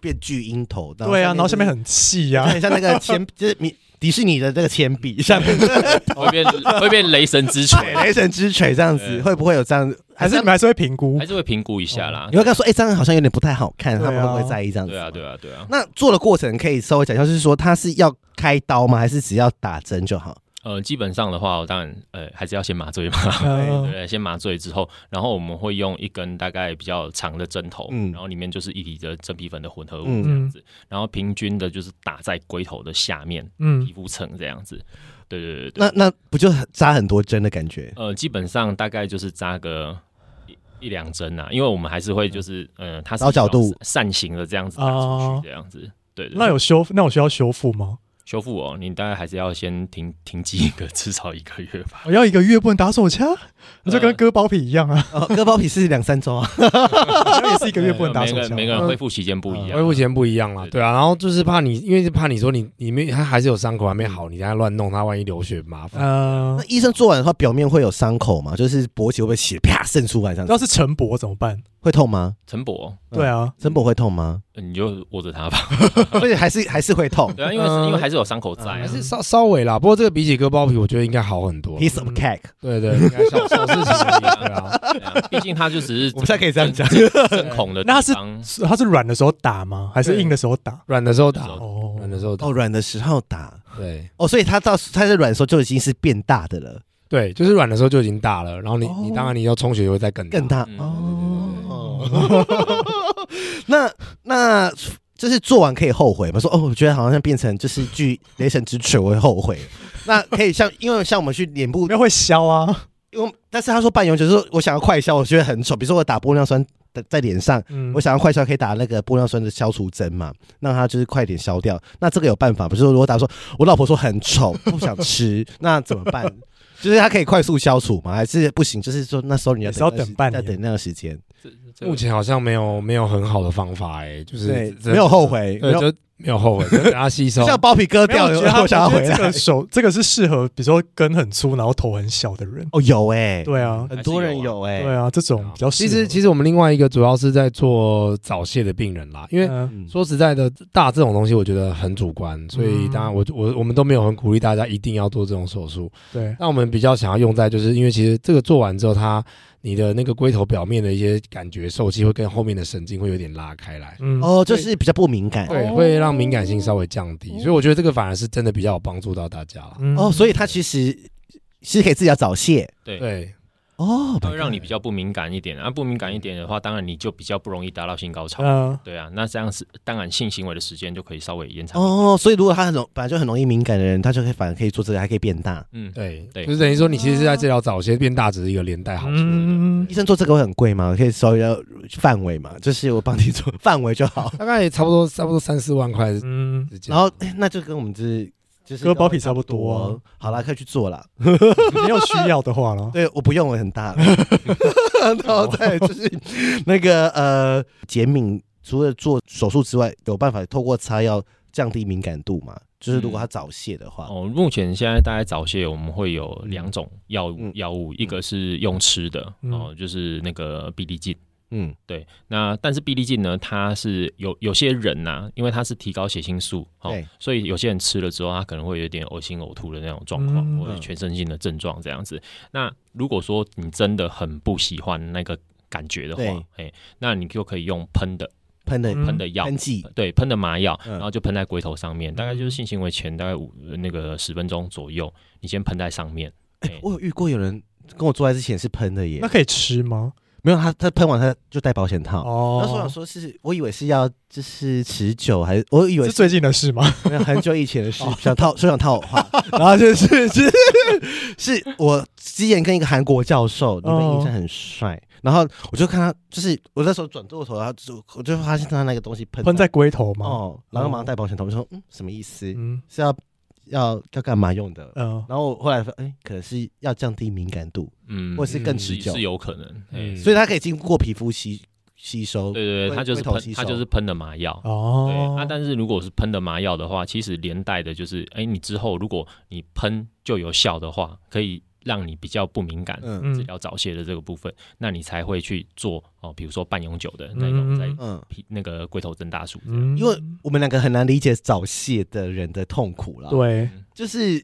变巨鹰头？
对啊，然后下面
就是
很细啊呀，
很像那个铅， 就是你迪士尼的那个铅笔上面
对，会变会变雷神之锤
对， 雷神之锤这样子，
对
会不会有这样？
还是你
他
们还是会评估
还？是会评估一下啦
你。会跟他说，哎，这样好像有点不太好看，
对啊
他们会不会在意这样子？
对啊，对啊，对啊。
那做的过程可以稍微讲一下，就是说他是要开刀吗？还是只要打针就好？
呃，基本上的话，当然，呃，还是要先麻醉嘛，
嗯
对，先麻醉之后，然后我们会用一根大概比较长的针头，
嗯
然后里面就是一体的真皮粉的混合物
嗯
这样子，然后平均的就是打在龟头的下面
嗯
皮，肤层这样子。对对对对。
那那不就很扎很多针的感 觉？
呃，基本上大概就是扎个一一两针呐，因为我们还是会就是，呃，它是
找角
一种
度
扇形的这样子打出
哦
去，这样子。对对，
那有修，那我需要修复吗？
修复哦，你大概还是要先停停机一个， 至少一个月吧。
我要一个月不能打手枪，你就跟
呃
割包皮一样 啊，
哦，割包皮是两三周啊，
好像也是一个 月不能打
呃每
手
个人
枪啊
每。个人恢复期间不一
嗯
样
恢复
啊，
前不一样啦，
对
对啊，然后就是怕你，因为是怕你说你你没他还是有伤口还没好，你等下乱弄他，万一流血麻烦。
嗯
那，医生做完的话，表面会有伤口吗？就是勃起会不会血啪渗出来这样子？
呃要是陈勃怎么办？
会痛吗？
陈博，
嗯
对啊，
真不会痛吗？
呃你就握着它吧。
而且还是还是会 痛。
对啊，因为
嗯
因为还是有伤口在
嗯
啊
还。是稍稍微啦，不过这个比起割包皮，我觉得应该好很多。
Piece of cake，
对对，应该小小事情而已，对啊。
对啊毕竟它就只是
我们现在可以这样讲。
针孔的
那
地
是
方，
是它是软的时候打吗？还是
对
硬的时候打？
嗯
软的时候打，
哦
软的的时候打，
哦，软的时候打
对
哦，所以它到它在软的时候就已经是变大的了，
对，就是软的时候就已经大了，然后你、你
哦
当然你要充血就会再更
更大
嗯
哦。 那那就是做完可以后悔吗？说哦，我觉得好像变成就是据雷神之锤，我会后悔。那可以像，因为像我们去脸部
因为会消啊，
因为但是他说半永久，就是说我想要快消，我觉得很丑。比如说我打玻尿酸的在脸上，
嗯
我，想要快消可以打那个玻尿酸的消除针嘛，让它就是快点消掉。那这个有办法，不是说如果打说我老婆说很丑， 不想吃，那怎么办？ 就是它可以快速消除吗？还是不行？就是说那时候你要
也是要
等那个时
等半
要
年
等那个时间，
这
目前好像没有没有很好的方法哎、就是
对，
这
没有后悔，没
对，
有
就没有后悔，就等它吸收
就。 像包皮割掉
没
了，
有我觉得他
我想要回
我觉得这
来
个。手这个是适合，比如说根很粗，然后头很小的人。
哦，有哎，
对啊，
很多人有哎，
对啊，这种比较适
其
合
实其实我们另外一个主要是在做早泄的病人啦，因为
嗯
嗯
说实在的，大这种东西我觉得很主观，所以当然我我我们都没有很鼓励大家一定要做这种手术。
对
那我们比较想要用在就是因为其实这个做完之后，它你的那个龟头表面的一些感觉受器会跟后面的神经会有点拉开来，
嗯
哦，就是比较不敏感
对，
哦
会让敏感性稍微降低，
哦嗯
所以我觉得这个反而是真的比较有帮助到大家了。
哦，所
以
以它其实是可以自己要早泄
对
对，
哦，
它会让你比较不敏感一点啊，不敏感一点的话，当然你就比较不容易达到性高潮。
嗯
对啊，那这样是当然性行为的时间就可以稍微延长。
哦，所以如果他很容本来就很容易敏感的人，他就可以反而可以做这个，还可以变大。
嗯，
对，
对
就是等于说你其实是在治疗早泄变大只是一个连带好处。
啊嗯
医生做这个会很贵吗？可以稍微要范围嘛，就是我帮你做范围就 好。
大概差不多差不多三四万块之
嗯，
间。
然后、哎那就跟我们这就是
割包皮差不多啊
哦好啦，可以去做 啦。
没有需要的话了，
对，我不用，我很大。 然后再来就是那个呃，减敏除了做手术之外，有办法透过擦药降低敏感度嘛？就是如果他早泄的话，
哦，目前现在大概早泄我们会有两种药物，
嗯
药物一个是用吃的、
嗯
哦，就是那个必利净。
哦
嗯，
对，那但是必利净呢，它是有有些人呐、因为它是提高血清素，哦
对，
所以有些人吃了之后，他可能会有点恶心呕吐的那种状况，
嗯
或者全身性的症状这样子。那如果说你真的很不喜欢那个感觉的话
对，
哎，那你就可以用喷的
喷的
嗯
喷的药。
喷剂，
对，喷的麻药，
嗯
然后就喷在龟头上面，大概就是性行为前大概五那个十分钟左右，你先喷在上面。哎
我有遇过有人跟我做爱之前是喷的耶
那，可以吃吗？
没有他他喷完他就戴保险套。
哦，
那时候想说是，我以为是要就是持久，还是我以为
是
是
最近的 事吗？
没有很久以前的事，想套说想套我话，然后啊就是是是我之前跟一个韩国教授，你们印象很帅，然后我就看他，就是我那时候转过头，然后就我就发现他那个东西喷
喷在龟头吗？
哦，然后马上戴保险套，我就说嗯什么意思？
嗯
是要要要干嘛用的？
嗯，
然后我后来说，哎，可能是要降低敏感度，
嗯，
或是更持
是
久，
是有可能，哎
嗯
所以它可以经过皮肤吸吸收。
对对
会
对，它就是
会头
喷
吸，
它
收
就是喷的麻药。对，
哦，
啊，但是如果是喷的麻药的话，其实连带的就是，哎，你之后如果你喷就有效的话，可以让你比较不敏感，
嗯
嗯
治疗早泄的这个部分，那你才会去做哦，比如说半永久的那种
嗯
在
嗯，
皮那个龟头增大术这样。
嗯
因为我们两个很难理解早泄的人的痛苦啦。，
对，
就是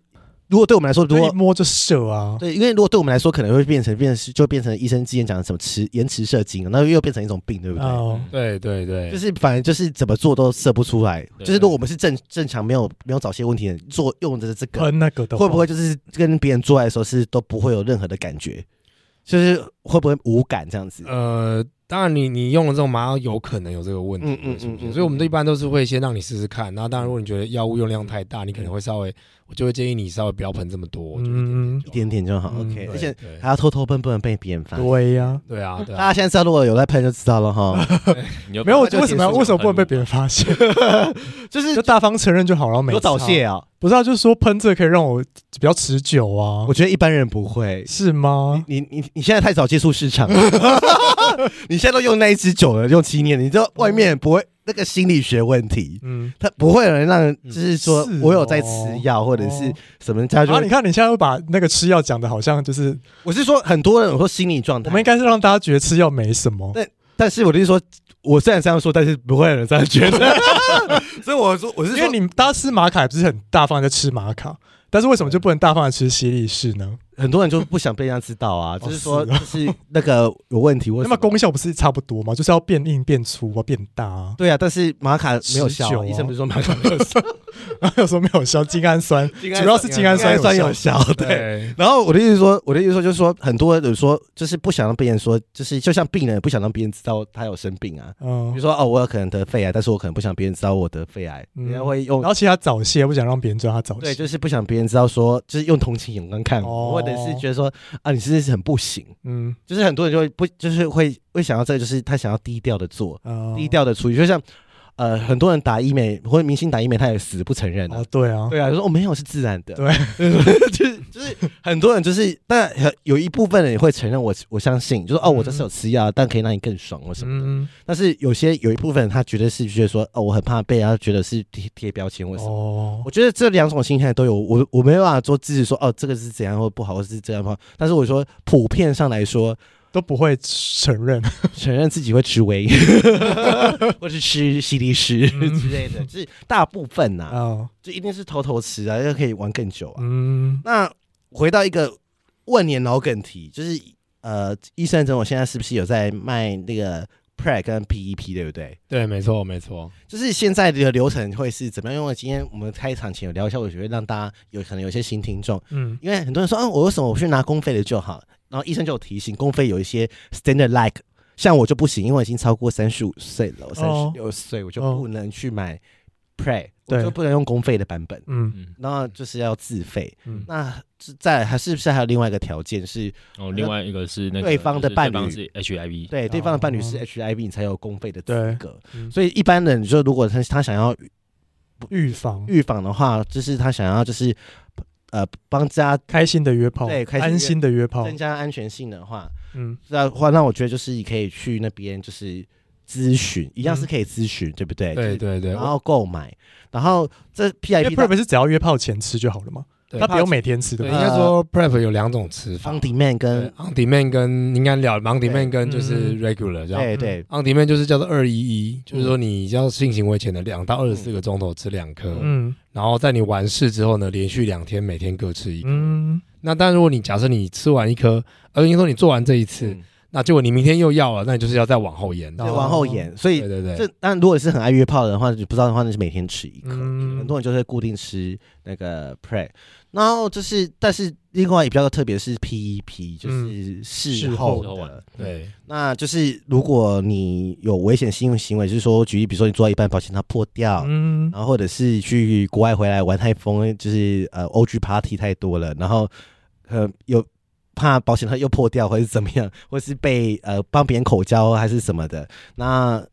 如果对我们来说，如
就一
果
摸就射啊，
对，因为如果对我们来说，可能会变成变成就变成医生之前讲的什么迟延迟射精，啊那又变成一种病，对不对？
啊
哦，
对对对，
就是反正就是怎么做都射不出来。就
对
是如果我们是正正常没有没有早泄问题的人做用的这个，
喷那个的话
会不会就是跟别人做爱的时候是都不会有任何的感觉？就是会不会无感这样子？
呃，当然你你用了这种麻药，有可能有这个问题
嗯嗯
会出
嗯嗯
现，所以我们都一般都是会先让你试试看。那当然，如果你觉得药物用量太大，你可能会稍微，我就会建议你稍微不要喷这么多，就
嗯
一点点就好。
嗯
OK，
对
而且
对
还要偷偷喷，不能被别人发现。
对呀？
对啊，对
大家
啊，
现在知道，如果有在喷就知道了哈。
你就
没有，
就
为什么要
结束
为什么不能被别人发 现？
就是
就大方承认就好了，然后没
有早
差
泄，啊，
不是啊？就是说喷这个可以让我比较持久啊
我，觉得一般人不会。
是吗？
你你你现在太早接触市场了，你现在都用那一支酒了，用七年，你知道外面不会那个心理学问题，
嗯，
他不会有人让人，就是说
是
我有在吃
哦
药或者是
哦
什么，他就
啊，你
会
看你现在又把那个吃药讲的好像就是，
我是说很多人我说心理状
我们
态
应，该是让大家觉得吃药没什么
对。但是我就是说，我虽然这样说，但是不会有人这样觉得，所以我说我是
因
说
为你大家吃玛卡也不是很大方地在吃玛卡，但是为什么就不能大方的吃西力士呢？
很多人就不想被人家知道啊，就是说
是
就是那个有问题，为
那
什
么
么？
功效不是差不多吗？就是要变硬、变粗啊、变大 啊。
对啊，但是玛卡没有效
持久
啊，
啊
医生不是说玛卡没有效，
然后有时候没有效，精氨酸主要是精氨酸
酸
有效。
效，对。
对，
然后我的意思说，我的意思说就是说，很多人说就是不想让别人说，就是就像病人也不想让别人知道他有生病啊。比
嗯
如，说哦，我有可能得肺癌，但是我可能不想别人知道我得肺癌，
嗯
人家会用
然后其他早泄，不想让别人知道他早泄。
对，就是不想别人知道说，就是用同情眼光看我，
哦
或者是觉得说啊，你是不是很不行？
嗯
就是很多人就会不就是会会想要这个，就是他想要低调的做，
啊，
低调的处理，就像呃很多人打医美或者明星打医美，他也死不承认啊
哦，。对啊，
对啊，就说哦没有是自然的，
对，
就是就是很多人就是，但很有一部分人也会承认我我相信，就是哦我这是有吃药，但可以让你更爽或什么的。
嗯
但是有些有一部分人他绝对是觉得说哦我很怕被人家觉得是贴贴标签或什么。
哦
我觉得这两种心态都有，我我没办法做支持说哦，这个是怎样或不好，或是这样不好。但是我说普遍上来说，
都不会承认。
承认自己会吃微， 或是吃西力士
嗯
之类的，就是大部分呐、
啊，
就一定是偷偷吃啊，又可以玩更久啊。
嗯，
那回到一个万年老梗题，就是呃，医生诊我现在是不是有在卖那个 PrEP 跟 PEP，对不对？
对，没错，没错。
就是现在的流程会是怎么样？因为今天我们开场前有聊一下，我觉得让大家有可能有一些新听众，
嗯，
因为很多人说，嗯，我为什么我去拿公费的就好？然后医生就有提醒，公费有一些 standard like，像我就不行，因为我已经超过三十五岁了，我三十六岁我就不能去买 pre，、我
对
就不能用公费的版本，
嗯
嗯，
然后就是要自费。
嗯
那这再来还是不是还有另外一个条件是，
哦，另外一个是那个
对方的
就是
伴
对方
侣
是 HIV，
对对方的伴侣是
哦
HIV，你才有公费的资
对
格。
嗯
所以一般人就如果他他想要
预防
预防的话，就是他想要就是呃帮家
开心的约炮，
对开心的约
安心的约炮
增，加安全性的话，
嗯
那话，那我觉得就是你可以去那边就是咨询，一样是
嗯
可以咨询，对不对？
对。对对，
然后购买，然后这 PIP
因为
它
prep 是只要约炮前吃就好了嘛，
对
他不用每天吃
对，
的
应。该说 prep 有两种吃法
on demand
对
跟
，on demand 跟应该聊 on
对
demand 跟就
嗯
是 regular 这样。
对嗯对
on demand 就是叫做二一一，就是说你要性行为前的两到二十四
嗯
个钟头吃两颗，
嗯
然后在你完事之后呢，连续两天每天各吃一颗。
嗯，
那但如果你假设你吃完一颗，呃，应该说你做完这一次，
嗯
那结果你明天又要了，那你就是要再往后延。
再
到
哦
往后延，所
对
以
对对
这，那如果是很爱约炮的话，就不知道的话，那是每天吃一颗。
嗯
很多人就是固定吃那个 pre，然后就是，但是另外也比较特别是 PEP，就是事
嗯事
后的。
后
事后丸
嗯
对
那就是如果你有危险性行为，就是说举例，比如说你做到一半，保险它破掉，
嗯
然后或者是去国外回来玩太疯，就是呃 O G party 太多了，然后呃有怕保险套又破掉，或是怎么样，或是被呃帮别人口交还是什么的，那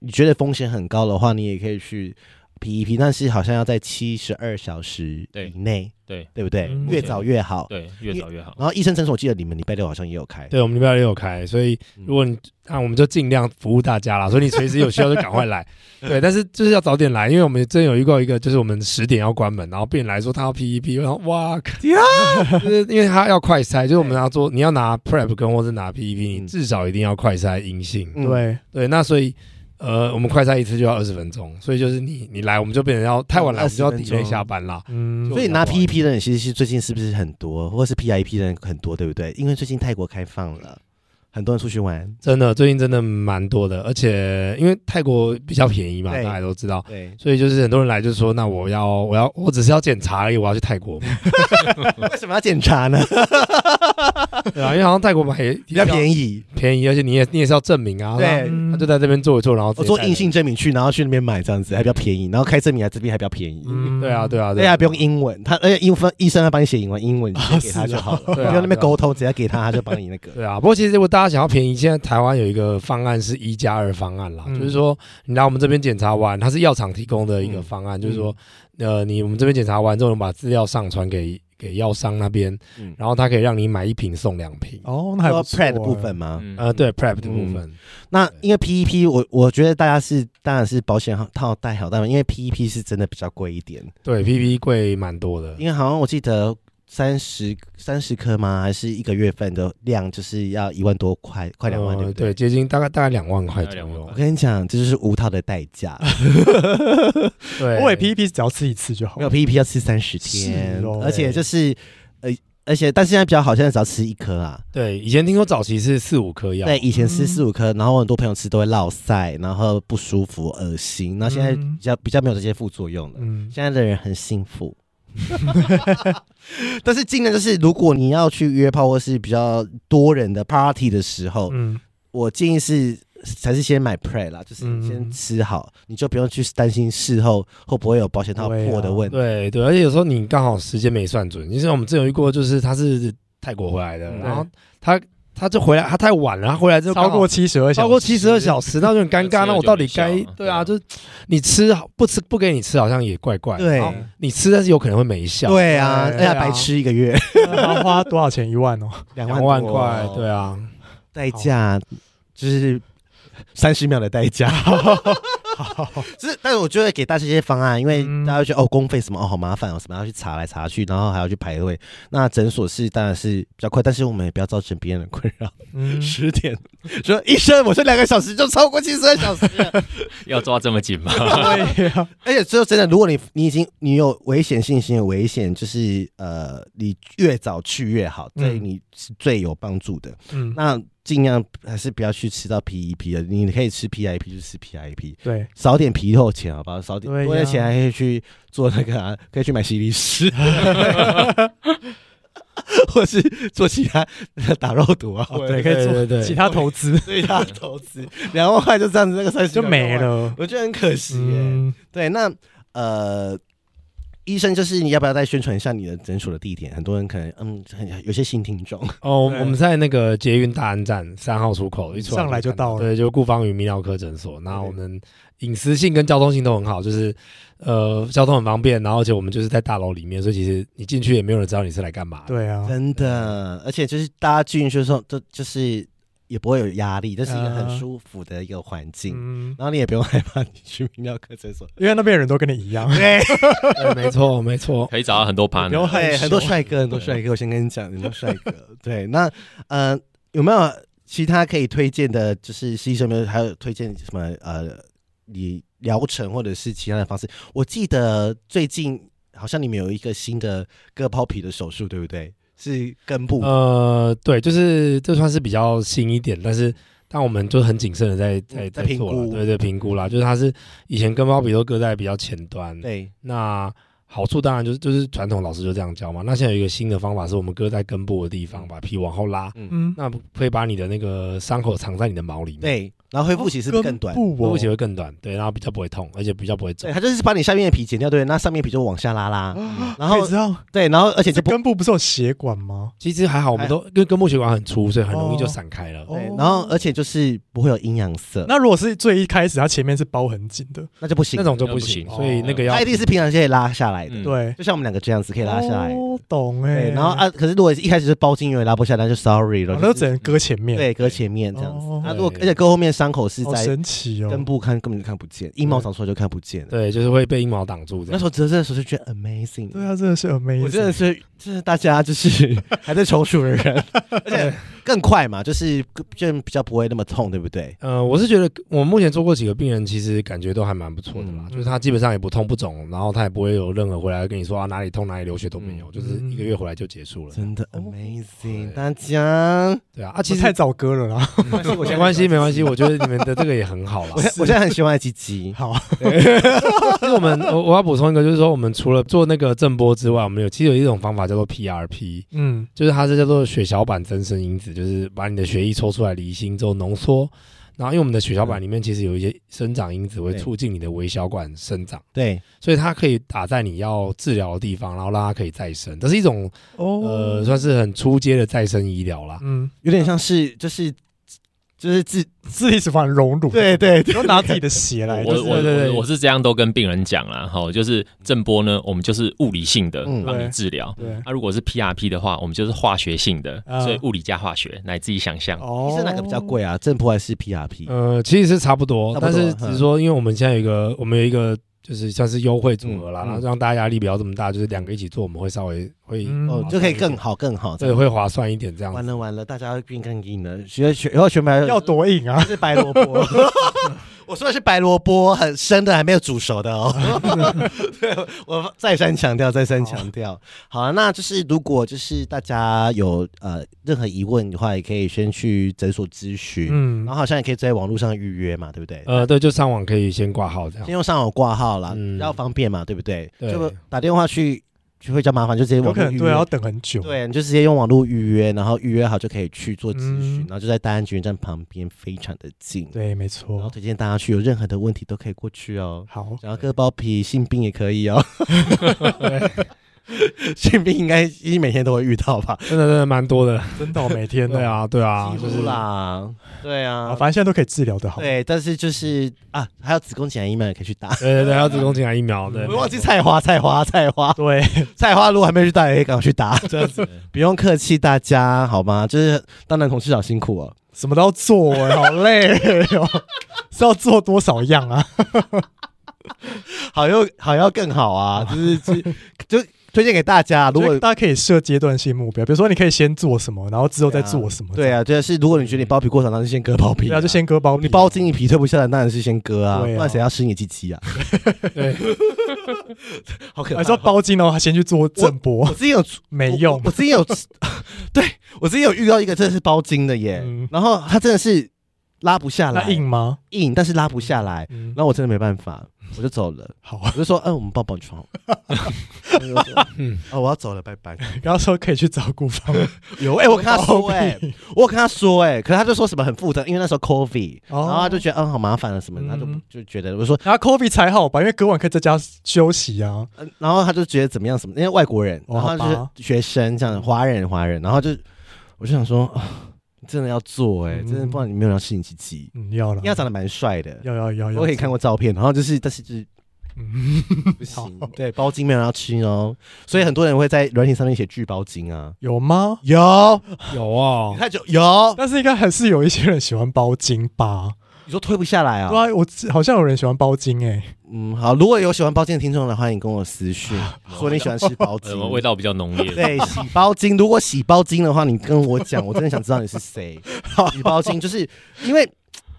你觉得风险很高的话，你也可以去 P E P，但是好像要在七十二小时
对
以内，
对
对不对？
嗯
越早越好。
对，越早越好。
然后医生诊所，我记得你们礼拜六好像也有开，
对，我们礼拜六也有开，所以
嗯
如果你啊，我们就尽量服务大家啦，所以你随时有需要就赶 快来。对，但是就是要早点来，因为我们真有遇到一个，就是我们十点要关门，然后病人来说他要 PEP，然后哇，
啊
就是因为他要快筛，就是我们要做，你要拿 Prep 跟或是拿 PEP，
嗯
你至少一定要快筛阴性。
嗯
对，
对，那所以呃，我们快筛一次就要二十分钟，所以就是你你来，我们就变成要太晚来，我们就要
20分
d
钟
e 下班啦。
嗯
所以
啊
拿 P E P 的人其实是最近是不是很多，或是 P I P 的人很多，对不对？因为最近泰国开放了，很多人出去玩。
真的，最近真的蛮多的，而且因为泰国比较便宜嘛，
对
大家都知道。
对，
所以就是很多人来就说，那我要我要我只是要检查而已，我要去泰国，
为什么要检查呢？
对啊，因为好像泰国买也
比较便
宜，
宜。
便宜，而且你也你也是要证明啊，那
对，
嗯
他就在这边做一做，然后直
我
接
做
带
硬性证明去，然后去那边买这样子还比较便宜，然后开证明还这边还比较便宜。
嗯
走，对啊，对啊，
对啊，不用英文，他而且英文医生会帮你写英文，英文你直接给他就好了，不
对啊
用那边沟通，直接给他他就帮你那个。
对啊，不过其实如果大家想要便宜，现在台湾有一个方案是一加二方案啦，
嗯
就是说你来我们这边检查完，它是药厂提供的一个方案，就是说，呃，你我们这边检查完之后，我们把资料上传给给药商那边，
嗯，
然后他可以让你买一瓶送两瓶，
哦，那还
说
有
Pred 的部分吗？
嗯
呃，对，prep 的部分，
那因为 PEP，我我觉得大家是当然是保险套带好，但因为 PEP 是真的比较贵一点，
对，PP 贵蛮多的，
因为好像我记得三十三十颗吗？还是一个月份的量，就是要一万多块，快两
哦
万，
呃
对不
对，
对？
接近大概大概两万块
大概
左
两万
右
我。跟你讲，这就是无套的代 价。
对，
我也 P E P 只要吃一次就好
没有。PEP 要吃三十天
是哦，
而且就是呃，而且但现在比较好，现在只要吃一颗啊。
对，以前听说早期是四五颗药，
对，以前吃
嗯
四五颗，然后很多朋友吃都会落腮，然后不舒服、恶心。那现在
嗯
比较比较没有这些副作用了。
嗯，
现在的人很幸福。 但是尽量就是，如果你要去约炮或是比较多人的 party 的时候，
嗯，
我建议是还是先买 pre 啦，就是
嗯
你先吃好，你就不用去担心事后会不会有保险套
对啊
破的问题。
对对，而且有时候你刚好时间没算准，因为我们之前有遇过，就是他是泰国回来的，
嗯
然后他他就回来，他太晚了，他回来之后刚
超
好
过七十二小时，
超过七十二小时，那就很尴
吃
尬。
了
那我
就
到
没
底该
效啊
对
对啊
啊？就是你吃好不吃不给你吃，好像也怪怪。
对啊
然后你吃但是有可能会没效。
对啊，
对
哎呀，
啊
白吃一个月
要花多少钱？一万哦，
两
两万
多
块，对啊，
代价就是三十秒的代价。就是，但是我就会给大家一些方案，因为
嗯
大家会觉得哦，公费什么哦，好麻烦哦，什么要去查来查去，然后还要去排队。那诊所是当然是比较快，但是我们也不要造成别人的困扰。
嗯，
十点说医生，我说两个小时就超过七十二小时了，
要抓这么紧吗？
对呀，
而且最后真的，如果你你已经你有危险性行为危险，就是呃，你越早去越好，
嗯
对你是最有帮助的。
嗯，
那尽量还是不要去吃到 PEP 的，你可以吃 PIP 就吃 PIP，
对，
少点皮肉钱好不好？少点
对呀
多点钱还可以去做那个、啊，可以去买西力 士，或是做其他打肉毒啊，
哦对，可以
对对
做
对
其他投资
对他投资两万块就这样子，那个三十
就没，了。
我觉得很可惜耶、
嗯，
对，那呃，医生就是你要不要再宣传一下你的诊所的地点？很多人可能嗯，很有些新听众，
哦，我们
对
我们在那个捷运大安站三号出口一出
上来就
看到
到了
对，就顾方宇泌尿科诊所。那
对
我们饮食性跟交通性都很好，就是呃交通很方便，然后而且我们就是在大楼里面，所以其实你进去也没有人知道你是来干嘛的。
对啊，
真的，而且就是大家进去的时候，就就是也不会有压力，这是一个
啊
很舒服的一个环境，
嗯，
然后你也不用害怕你去泌尿科诊所，
因为那边人都跟你一样，
对，
对，没错没 错。
可以找到很多 partner，
不用害
对，
羞
哎很多帅哥，很多帅哥，我先跟你讲，很多帅哥。 对，那呃，有没有其他可以推荐的？就是实习生们还有推荐什么呃，你疗程或者是其他的方式？我记得最近好像你们有一个新的割包皮的手术，对不对？是根部，
呃，对，就是这算是比较新一点，但是但我们就很谨慎的在在
嗯在
做
评
了，
估
对对，评估啦，就是它是以前跟包比都搁在比较前端，
对，
那好处当然就是就是传统老师就这样教嘛，那现在有一个新的方法是我们搁在根部的地方，把皮往后拉，
嗯，
那可以把你的那个伤口藏在你的毛里面，，
对，然后恢复期是不是更短？
不
恢
哦
复期会更短，对，然后比较不会痛，而且比较不会肿
对，。它就是把你下面的皮剪掉，对，那上面皮就往下拉拉，然后
可以知道
对，然后而且哦就不
根部不是有血管吗？
其实还好，
哎
我们都因为根部血管很粗，所以很容易就散开了。
哦
对，然后而且就是不会有阴阳色，
那如果是最一开始，它前面是包很紧的，
那就不行哦
那，种就
那
不
不
行，
行
所以那个要
它一定是平常就可以拉下来的。
嗯
对，
就像我们两个这样子可以拉下来。
哦，懂
对
哎。，
然后
哦，
啊，可是如果一开始是包茎永远拉不下来，那就 sorry 了，
那
就
只
是
能搁前面，
对割前面这样子
哦。
啊，如果
对
而且割后面伤口是
好
在
神奇哦，
根部看根本就看不见，阴毛长出来就看不见了。
对，就是会被阴毛挡住这
那
样
时。候折射的时候就觉得 amazing，
对啊，真的是 amazing，
我真的是，真的大家就是 还在踌躇的人，而且更快嘛，就是就比较不会那么痛，对不
啊
对？
呃，我是觉得我目前做过几个病人，其实感觉都还蛮不错的啦，
嗯
就是他基本上也不痛不肿，然后他也不会有任何回来跟你说啊哪里痛哪里流血都没有，
嗯
就是一个月回来就结束了。
真的
哦
amazing，
对
大家，
对啊，啊
其
其
实
实
太早割了啦。
嗯
没关系没关系，我觉得你们的这个也很好啦啊
我。现我现在很喜欢鸡鸡，
好，
其实我们我我要补充一个，就是说我们除了做那个震波之外，我们有其实有一种方法叫做 PRP，
嗯，
就是它是叫做血小板增生因子，就是把你的血液抽出来离心之后浓缩，然后因为我们的血小板里面其实有一些生长因子会
对
促进你的微小管生长。
对，
所以它可以打在你要治疗的地方，然后让它可以再生，这是一种
哦
呃，，算是很初阶的再生医疗啦。
嗯，
有点像是就是就是自
自体脂肪溶乳，，
对对对
都拿自己的血来，
我
哎就
我
是
我
对对对
我我是这样都跟病人讲啦，哈，就是震波呢，我们就是物理性的
嗯
帮
对
你治疗。
对，
那、如果是 PRP 的话，我们就是化学性的，
啊
所以物理加化学，来自己想象。
哦
医生哪个比较？贵啊？正坡还是 PRP？
呃，其实是差不多，
差不
但
多嗯
是只是说，因为我们现在有一个，我们有一个就是算是优惠组合
嗯
啦，
嗯
然后让大家压力不要这么大，就是两个一起做，我们会稍微会
嗯
哦，就可以更好更好。
对会划算一点这样
完
子。
了完了，大家会变更硬了。学学以后全
嗯
白
要多硬啊！
是白萝卜，我说的是白萝卜，很生的，还没有煮熟的哦。对，我再三强调，再三强调。好啊，那就是如果就是大家有呃任何疑问的话，也可以先去诊所咨询，
嗯
然后好像也可以在网络上预约嘛，对不对？
呃，对，就上网可以先挂号这样
哦
先。用上网挂号啦，
嗯
比较方便嘛，对不对？
对
就打电话去就会比较麻烦，就直接
有
网
可
络
能
预
对
约。
啊，要等很久。
对，你就直接用网络预约，然后预约好就可以去做咨询，
嗯
然后就在大安捷运站旁边，非常的近。
对，哦没
然后
错。
推荐大家去，有任何的问题都可以过去哦。
好，
想要割包皮、性病也可以哦。 性病应该一每天都会遇到吧？
真的真的蛮多的，
真的哦每天
对
的啊，
啊对啊，
几
就
乎
是
啦，对
啊
啊，
反正现在都可以治疗的好。
对，但是就是啊，还有子宫颈癌疫苗也可以去
哦
打。
对对对，还有子宫颈癌疫苗，对，
嗯我忘记菜花，菜花，菜花，
对，
菜花，如果还没有去打，也可以赶快去 打。
这样子，
不用客气，大家好吗？就是当男同事长辛苦哦。
什么都要做哎、好累哦。 是要做多少样啊？
好又好要更好 啊，就是就就推荐给大家。如
所
果
以大家可以设阶段性目标，比如说你可以先做什么，然后之后再做什么。
对啊，就是如果你觉得你包皮过长，那就先割包皮、
对啊，就先割包皮，
你包筋一皮退不下来，当然是先割啊，
对啊
不然谁要吃你的鸡鸡啊？
对，
好可
还是要包筋哦，先去做正
我
波，
之前有
没
我
用
我。之前有， 对我之前有遇到一个真的是包筋的耶，
嗯
然后他真的是拉不下来，
那硬吗？
硬，但是拉不下来，
嗯
然，后我真的没办法，我就走了。
好，啊
我就说，嗯，我们抱抱 床。我就说
嗯
哦，我要走了，拜拜。
刚刚说可以去找顾方，
有 哎、我跟他说哎、 我有跟他说哎、可是他就说什么很复杂，因为那时候 COVID，、
哦
然后他就觉得嗯好麻烦了什么的，
嗯
他就不就觉得我说，
然后 Kobe 才好吧，因为隔晚可以在家休息啊。
嗯然后他就觉得怎么样什么，因为外国人，
哦
然后他
好吧
就是学生这样华人华人，然后就我就想说，啊真的要做哎、
嗯
真的不然你没有人要吃你鸡鸡，
嗯，要了
因为，他长得蛮帅的，
要要要要，
我可以看过照片，然后就是但是就是。
嗯。
不行，对，包金没有人要吃哦，所以很多人会在软体上面写巨包金啊，
有吗？
有，
有哦，
太久有，
但是应该还是有一些人喜欢包金吧？
你说推不下来啊？
对啊，我知好像有人喜欢包金哎，
嗯，好，如果有喜欢包金的听众的话，欢迎跟我私讯说你喜欢吃包金
呃，。味道比较浓烈。
对，洗包金，如果洗包金的话，你跟我讲，我真的想知道你是谁。洗包金就是因为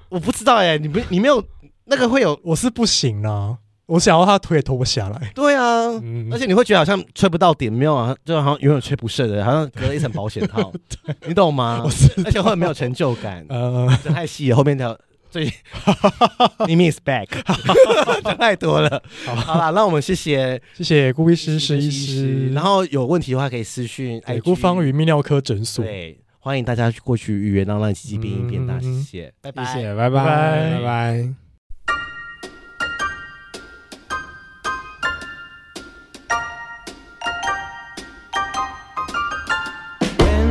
我不知道哎、你不你没有那个会有
我是不行啊，我想要他腿也脱不下来。
对啊，
嗯
而且你会觉得好像吹不到点，没有啊，就好像永远吹不顺的，好像隔了一层保险 套，你懂吗？而且会没有成就感，
呃，
讲太细了，后面条最 你 miss back，讲太多了。好啦，那我们谢谢。
谢谢顾医师、施医师，
然后有问题的话可以私讯
对
IG
顾方宇泌尿科诊所。
对，欢迎大家去过去预约，让让鸡鸡变硬变大，谢
嗯
谢， 拜拜，
谢谢，拜拜
拜
拜拜。